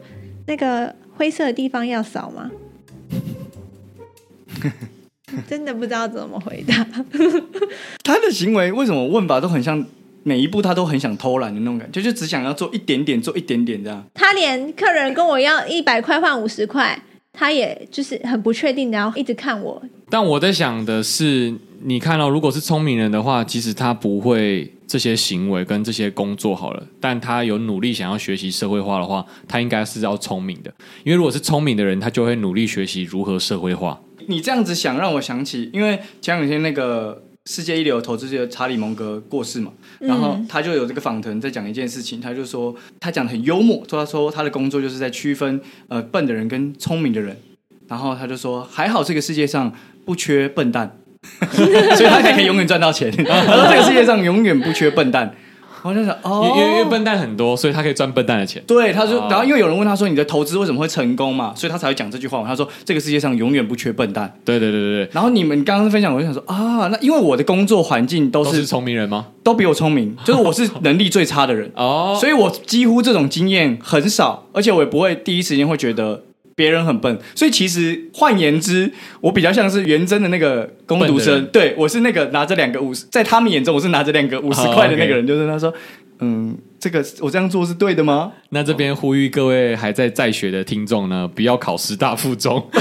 S4: 那个灰色的地方要扫吗？” 真的不知道怎么回答。
S1: 他的行为为什么问法都很像每一步他都很想偷懒的那种感觉，就只想要做一点点，做一点点这样。
S4: 他连客人跟我要一百块换五十块，他也就是很不确定，然后一直看我，
S5: 但我在想的是，你看到、如果是聪明人的话，其实他不会这些行为跟这些工作好了，但他有努力想要学习社会化的话，他应该是要聪明的，因为如果是聪明的人，他就会努力学习如何社会化。
S1: 你这样子想让我想起，因为前两天那个世界一流投资者查理蒙格过世嘛，然后他就有这个访谈在讲一件事情，他就说他讲的很幽默，说他说他的工作就是在区分呃笨的人跟聪明的人，然后他就说还好这个世界上不缺笨蛋，所以他才可以永远赚到钱。他说这个世界上永远不缺笨蛋，我就想
S5: 因
S1: 哦
S5: 为，因为因为笨蛋很多，所以他可以赚笨蛋的钱。
S1: 对，他就，
S5: 哦
S1: 然后因为有人问他说你的投资为什么会成功嘛，所以他才会讲这句话嘛。他说这个世界上永远不缺笨蛋。
S5: 对对对对对，
S1: 然后你们刚刚分享，我就想说啊，那因为我的工作环境都
S5: 都是
S1: 是
S5: 聪明人吗？，
S1: 都比我聪明，就是我是能力最差的人
S5: 哦，
S1: 所以我几乎这种经验很少，而且我也不会第一时间会觉得。别人很笨，所以其实换言之，我比较像是元真的那个工读
S5: 笨的
S1: 生
S5: 人，
S1: 对我是那个拿着两个五十，在他们眼中我是拿着两个五十
S5: 哦
S1: 块的那
S5: OK
S1: 个人就是他说，嗯，这个我这样做是对的吗？
S5: 那这边呼吁各位还在在学的听众呢，不要考师大附中，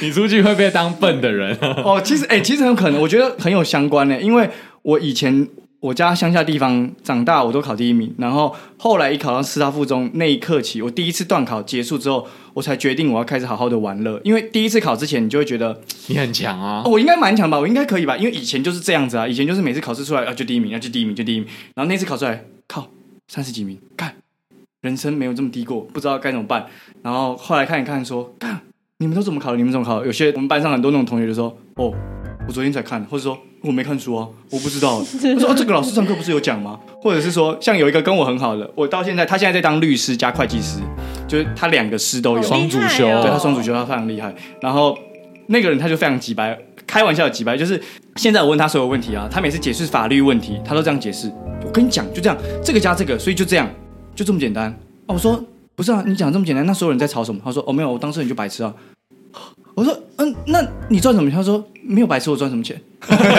S5: 你出去会被当笨的人。
S1: 哦，其实哎、其实很可能，我觉得很有相关呢，因为我以前我家乡下地方长大，我都考第一名，然后后来一考上师大附中那一刻起，我第一次段考结束之后，我才决定我要开始好好的玩乐，因为第一次考之前，你就会觉得、
S5: 你很强啊
S1: 哦、，我应该蛮强吧，我应该可以吧，因为以前就是这样子啊，以前就是每次考试出来啊就第一名，啊就第一名，就第一名，然后那次考出来，靠，三十几名，干，人生没有这么低过，不知道该怎么办，然后后来看一看说，干，你们都怎么考的？你们怎么考的？有些我们班上很多那种同学就说，哦，我昨天才看，或者说我没看书啊，我不知道。我说、哦、这个老师上课不是有讲吗？或者是说，像有一个跟我很好的，我到现在他现在在当律师加会计师，就是他两个师都有，
S4: 好厉害
S5: 双
S4: 哦
S5: 主修
S1: 对他双主修他非常厉害。然后那个人他就非常急白，开玩笑的急白，就是现在我问他所有问题啊，他每次解释法律问题，他都这样解释。我跟你讲，就这样，这个加这个，所以就这样，就这么简单。哦，我说不是啊，你讲这么简单，那所有人在吵什么？他说哦没有，我当事人就白痴啊。我说嗯，那你赚什么钱？他说没有白痴，我赚什么钱？ 哎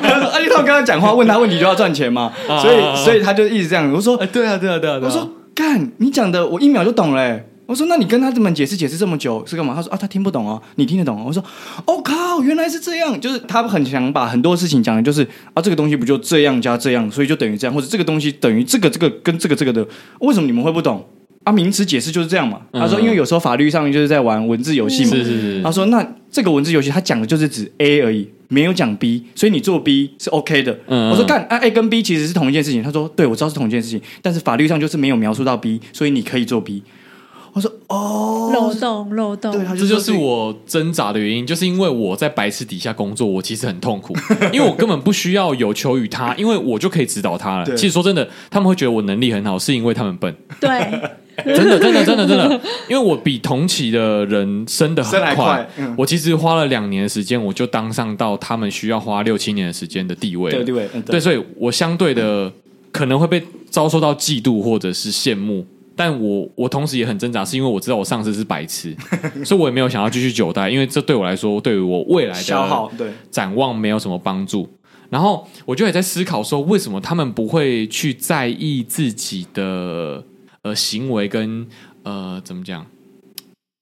S1: 他说：“而且他跟他讲话，问他问题就要赚钱嘛，所以所以他就一直这样。我说
S5: 哎，对啊，对啊，对啊，对
S1: 我
S5: 啊
S1: 说干，你讲的我一秒就懂了欸、我说那你跟他这么解释解释这么久是干嘛？他说啊，他听不懂哦，你听得懂哦。我说哦靠，原来是这样，就是他很想把很多事情讲的就是啊，这个东西不就这样加这样，所以就等于这样，或者这个东西等于这个这个跟这个这个的，为什么你们会不懂？啊，名词解释就是这样嘛。他说，因为有时候法律上面就是在玩文字游戏嘛。
S5: 是啊是是
S1: 他说：“那这个文字游戏，它讲的就是指 A 而已，没有讲 B，所以你做 B 是 OK 的。
S5: 嗯
S1: 我说：“干、啊、，A 跟 B 其实是同一件事情。”他说：“对，我知道是同一件事情，但是法律上就是没有描述到 B，所以你可以做 B。”我说：“哦，
S4: 漏洞漏洞，
S1: 对，他说
S5: 这就是我挣扎的原因，就是因为我在白痴底下工作，我其实很痛苦，因为我根本不需要有求于他，因为我就可以指导他了。
S1: 对
S5: 其实说真的，他们会觉得我能力很好，是因为他们笨，
S4: 对，
S5: 真的，真的，真的，真的，因为我比同期的人升的很
S1: 升得还
S5: 快
S1: 快，嗯
S5: 我其实花了两年的时间，我就当上到他们需要花六七年的时间的地位了
S1: 对对对，嗯
S5: 对，所以我相对的可能会被遭受到嫉妒或者是羡慕，但我我同时也很挣扎，是因为我知道我上司是白痴，所以我也没有想要继续久待，因为这对我来说，对于我未来
S1: 消
S5: 的
S1: 耗对
S5: 展望没有什么帮助。然后我就也在思考说，为什么他们不会去在意自己的呃行为跟呃怎么讲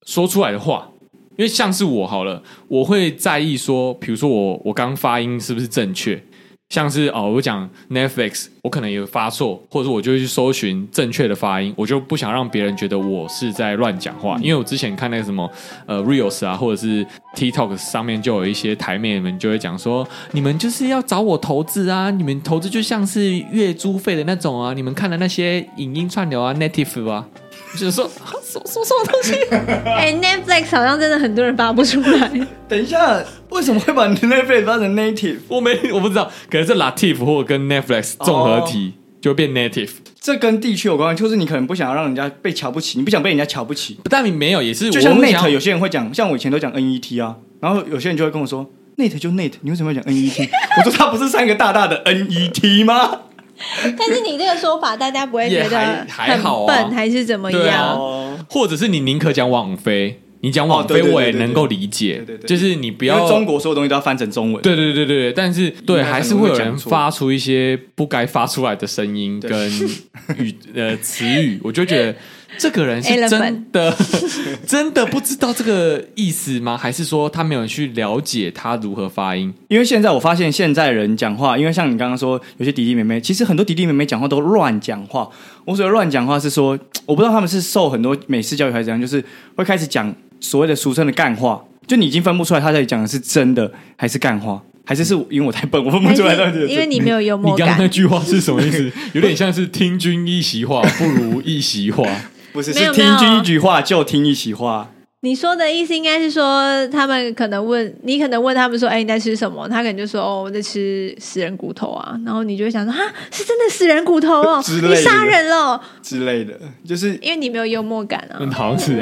S5: 说出来的话？因为像是我好了，我会在意说，比如说我我刚发音是不是正确，像是哦，我讲 Netflix，我可能有发错，或者我就会去搜寻正确的发音，我就不想让别人觉得我是在乱讲
S1: 嗯
S5: 话。因为我之前看那个什么呃 Reels 啊，或者是 TikTok 上面就有一些台妹们就会讲说，你们就是要找我投资啊，你们投资就像是月租费的那种啊，你们看的那些影音串流啊，Native 啊，就是说啊什么什么什么东西。
S4: 哎，Netflix 好像真的很多人发不出来，
S1: 等一下，为什么会把 Netflix 发成 Native？
S5: 我没我不知道，可能是 Latif 或跟 Netflix 综合
S1: 哦
S5: 体、就会变 Native，
S1: 这跟地区有关，就是你可能不想要让人家被瞧不起，你不想被人家瞧不起。
S5: 不但你没有，也是
S1: 就像
S5: 我会想
S1: Net，有些人会讲，像我以前都讲 NET 啊，然后有些人就会跟我说 Net 就 Net，你为什么要讲 NET？我说它不是三个大大的 NET 吗？
S4: 但是你这个说法，大家不会觉
S5: 也
S4: 得
S5: 还还
S4: 很
S5: 好啊
S4: 笨还是
S1: 哦
S4: 怎么
S5: 对
S4: 样？
S5: 啊，或者是你宁可讲网飞，你讲网
S1: 哦
S5: 飞
S1: 对对对
S5: 我也
S1: 对对
S5: 能够理解，
S1: 对对对
S5: 就是你不
S1: 因
S5: 要
S1: 为中国所有东西都要翻成中文。
S5: 对对对对对，但是对
S1: 应该
S5: 还是
S1: 很
S5: 会
S1: 容易
S5: 有人
S1: 讲错
S5: 发出一些不该发出来的声音
S1: 对
S5: 跟语呃词语，我就觉得这个人是
S4: Elephant
S5: 真的 真的不知道这个意思吗？还是说他没有去了解他如何发音？
S1: 因为现在我发现现在人讲话，因为像你刚刚说，有些弟弟妹妹，其实很多弟弟妹妹讲话都乱讲话。我所谓乱讲话是说，我不知道他们是受很多美式教育还是怎样，就是会开始讲所谓的俗称的干话，就你已经分不出来他到底讲的是真的还是干话，还是是因为我太笨我分不
S4: 还
S1: 出来到底
S4: 是
S1: 是
S4: 因为你没有幽
S5: 你
S4: 默
S5: 刚刚那
S4: 感，
S5: 句话是什么 意思？有点像是听君一席话，不如一席 话。
S1: 不是
S4: 没有
S1: 是
S4: 没
S1: 听
S4: 有
S1: 君一句话就听一席话。
S4: 你说的意思应该是说，他们可能问你，可能问他们说：“哎、你在吃什么？”他可能就说：“哦，我在吃死人骨头啊。”然后你就会想说：“哈，是真的死人骨头 哦，
S1: 之类
S4: 你
S1: 的
S4: 杀人了
S1: 之类的，就是！”
S4: 因为你没有幽默感啊，
S5: 嗯，好像是、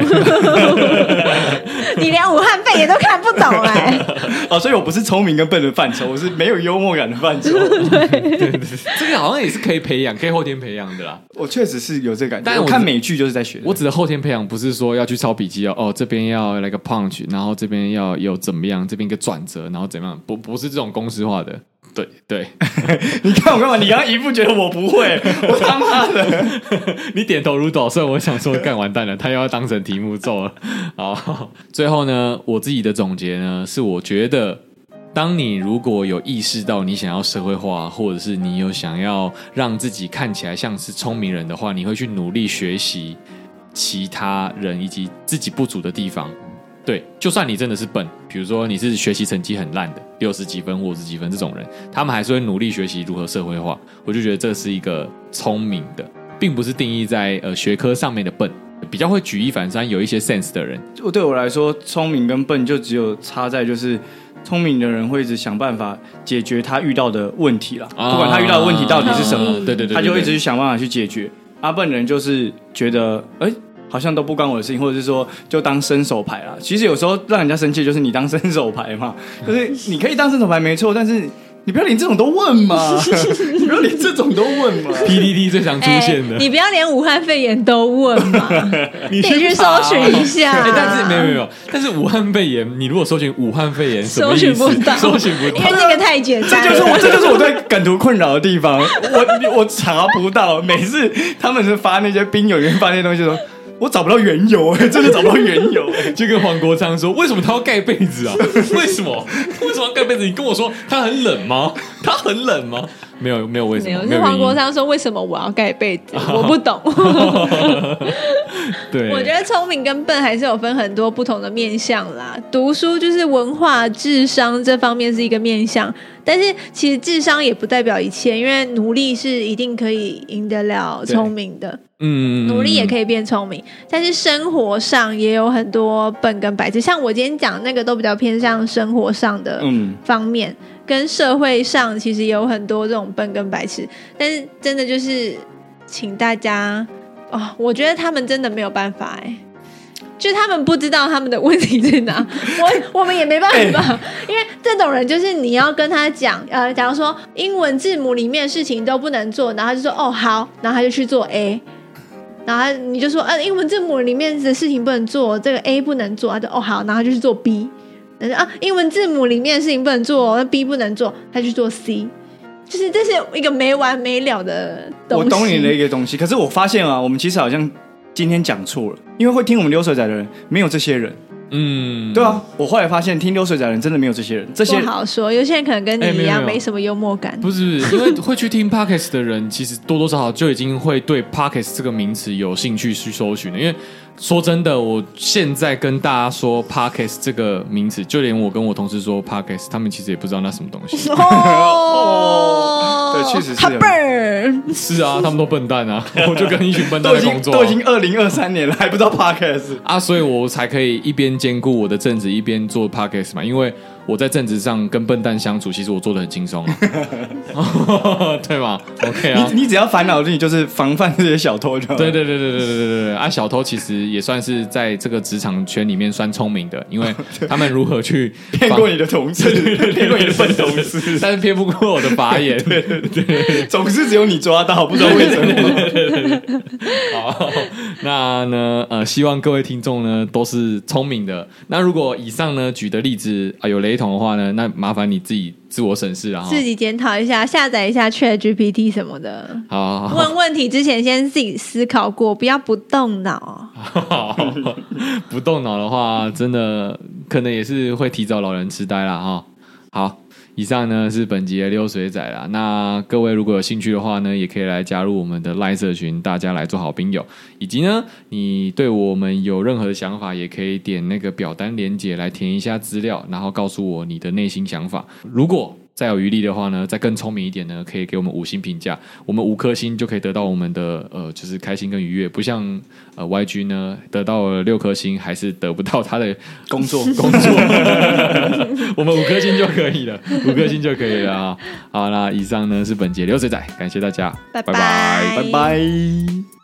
S4: 你连武汉肺炎都看不懂哎、
S1: 哦，所以我不是聪明跟笨的范畴，我是没有幽默感的范 畴。
S5: 这个好像也是可以培养，可以后天培养的啦。
S1: 我确实是有这感觉，
S5: 但我
S1: 我看美剧就是在学的。
S5: 我指的后天培养，不是说要去抄笔记哦，哦，这边要来个 punch，然后这边要有怎么样，这边一个转折，然后怎么样，不不是这种公式化的。对对，
S1: 你看我干嘛？你刚刚一副觉得我不会， 我他妈的！
S5: 你点头如捣蒜，我想说，干完蛋了，他又要当成题目做了。 好，最后呢，我自己的总结呢，是我觉得，当你如果有意识到你想要社会化，或者是你有想要让自己看起来像是聪明人的话，你会去努力学习其他人以及自己不足的地方。对，就算你真的是笨，比如说你是学习成绩很烂的，六十几分、五十几分这种人，他们还是会努力学习如何社会化。我就觉得这是一个聪明的，并不是定义在呃学科上面的笨，比较会举一反三、有一些 sense 的人。
S1: 我对我来说，聪明跟笨就只有差在就是。聪明的人会一直想办法解决他遇到的问题啦，
S5: 啊
S1: 不管他遇到的问题到底是什么，
S5: 对对对
S1: 嗯
S5: 对，
S1: 他就会一直
S5: 对
S1: 去想办法去解决。阿笨人就是觉得，哎、好像都不关我的事情，或者是说就当伸手牌啦。其实有时候让人家生气，就是你当伸手牌嘛，就是你可以当伸手牌没错，但是你不要连这种都问 嘛，你不要连这种都问嘛。
S5: PDD 最常出
S4: 哎
S5: 现的。
S4: 你不要连武汉肺炎都问嘛， 你
S5: 去
S4: 得去搜寻一下。
S5: 啊哎但是没有没有没有，但是武汉肺炎，你如果搜寻武汉肺炎，什么
S4: 搜
S5: 意思
S4: 寻不到，
S5: 搜寻不
S4: 因为
S5: 到。
S4: 这个太简单了。
S1: 这就是我，这就是我对梗图困扰的地方。我我查不到，每次他们是发那些冰友员发那些东西的时候，我找不到缘由、哎，真的找不到缘由、哎
S5: 就跟黄国昌说，为什么他要盖被子 啊？为什么？为什么要盖被子？你跟我说他很冷吗？他很冷吗？没有，没有为什
S4: 没有
S5: 么，没
S4: 是
S5: 有
S4: 黄国
S5: 原因。
S4: 昌说为什么我要盖被 子，我不懂。
S5: 对，
S4: 我觉得聪明跟笨还是有分很多不同的面向啦。读书就是文化、智商这方面是一个面向，但是其实智商也不代表一切，因为努力是一定可以赢得了聪明的，
S5: 嗯，
S4: 努力也可以变聪明。但是生活上也有很多笨跟白痴，像我今天讲那个都比较偏向生活上的
S1: 嗯，
S4: 方面，跟社会上其实有很多这种笨跟白痴，但是真的就是请大家哦，我觉得他们真的没有办法哎、就他们不知道他们的问题 在哪，我我们也没办
S5: 哎
S4: 法，因为这种人就是你要跟他讲，呃，假如说英文字母里面的事情都不能做，然后他就说哦好，然后他就去做 A，然后他你就说呃英文字母里面的事情不能做，这个 A 不能做，他就哦好，然后他就去做 B，然后就啊英文字母里面的事情不能做，那 B 不能做，他去做 C，就是这是一个没完没了的东
S1: 我
S4: 西。
S1: 懂你的一个东西。可是我发现啊，我们其实好像今天讲错了，因为会听我们流水仔的人没有这些人。
S5: 嗯，
S1: 对啊，我后来发现听流水仔的人真的没有这些人，这些
S4: 不好说，有些人可能跟
S5: 哎没
S4: 你
S5: 有
S4: 一样
S5: 没有
S4: 没什么幽默感。
S5: 不 是，因为会去听 podcast 的人，其实多多少少就已经会对 podcast 这个名词有兴趣去搜寻了。因为说真的，我现在跟大家说 podcast 这个名词，就连我跟我同事说 podcast，他们其实也不知道那什么东 西。
S4: 哦
S1: 对确实是
S4: 他笨儿，
S5: 是啊，他们都笨 蛋啊，我就跟一群笨蛋
S1: 都
S5: 在
S1: 已
S5: 工
S1: 经
S5: 作啊、
S1: 都已经二零二三年了，还不知道 podcast。
S5: 啊，所以我才可以一边兼顾我的正职，一边做 podcast 嘛。因为我在正职上跟笨蛋相处，其实我做的很轻松 啊， 对吗？OK 啊，
S1: 你你只要烦恼的事情就是防范这些小偷就好了。
S5: 对对对对对对对对啊！小偷其实也算是在这个职场圈里面算聪明的，因为他们如何去
S1: 骗
S5: 防
S1: 过你的同事，骗过你的笨同事。
S5: 但是骗不过我的法眼。对对
S1: 总是只有你抓到，不知道为什么。
S5: 好，那呢，呃，希望各位听众呢都是聪明的。那如果以上呢举的例子啊、有雷同的话呢，那麻烦你自己自我审视啊。哈
S4: 自己检讨一下，下载一下 Chat GPT 什么的。
S5: 好好好
S4: 问问题之前先自己思考过，不要不动脑。
S5: 好， 不动脑的话，真的可能也是会提早老人痴呆啦哈。好，以上呢是本集的溜水仔啦。那各位如果有兴趣的话呢，也可以来加入我们的赖社群，大家来做好朋友。以及呢，你对我们有任何的想法，也可以点那个表单连接来填一下资料，然后告诉我你的内心想法。如果再有余力的话呢，再更聪明一点呢，可以给我们五星评价，我们五颗星就可以得到我们的呃，就是开心跟愉悦，不像呃 YG 呢得到了六颗星还是得不到他的工作工作，我们五颗星就可以了，五颗星就可以了啊。好，那以上呢是本节流水仔，感谢大家，
S4: 拜拜
S1: 拜拜。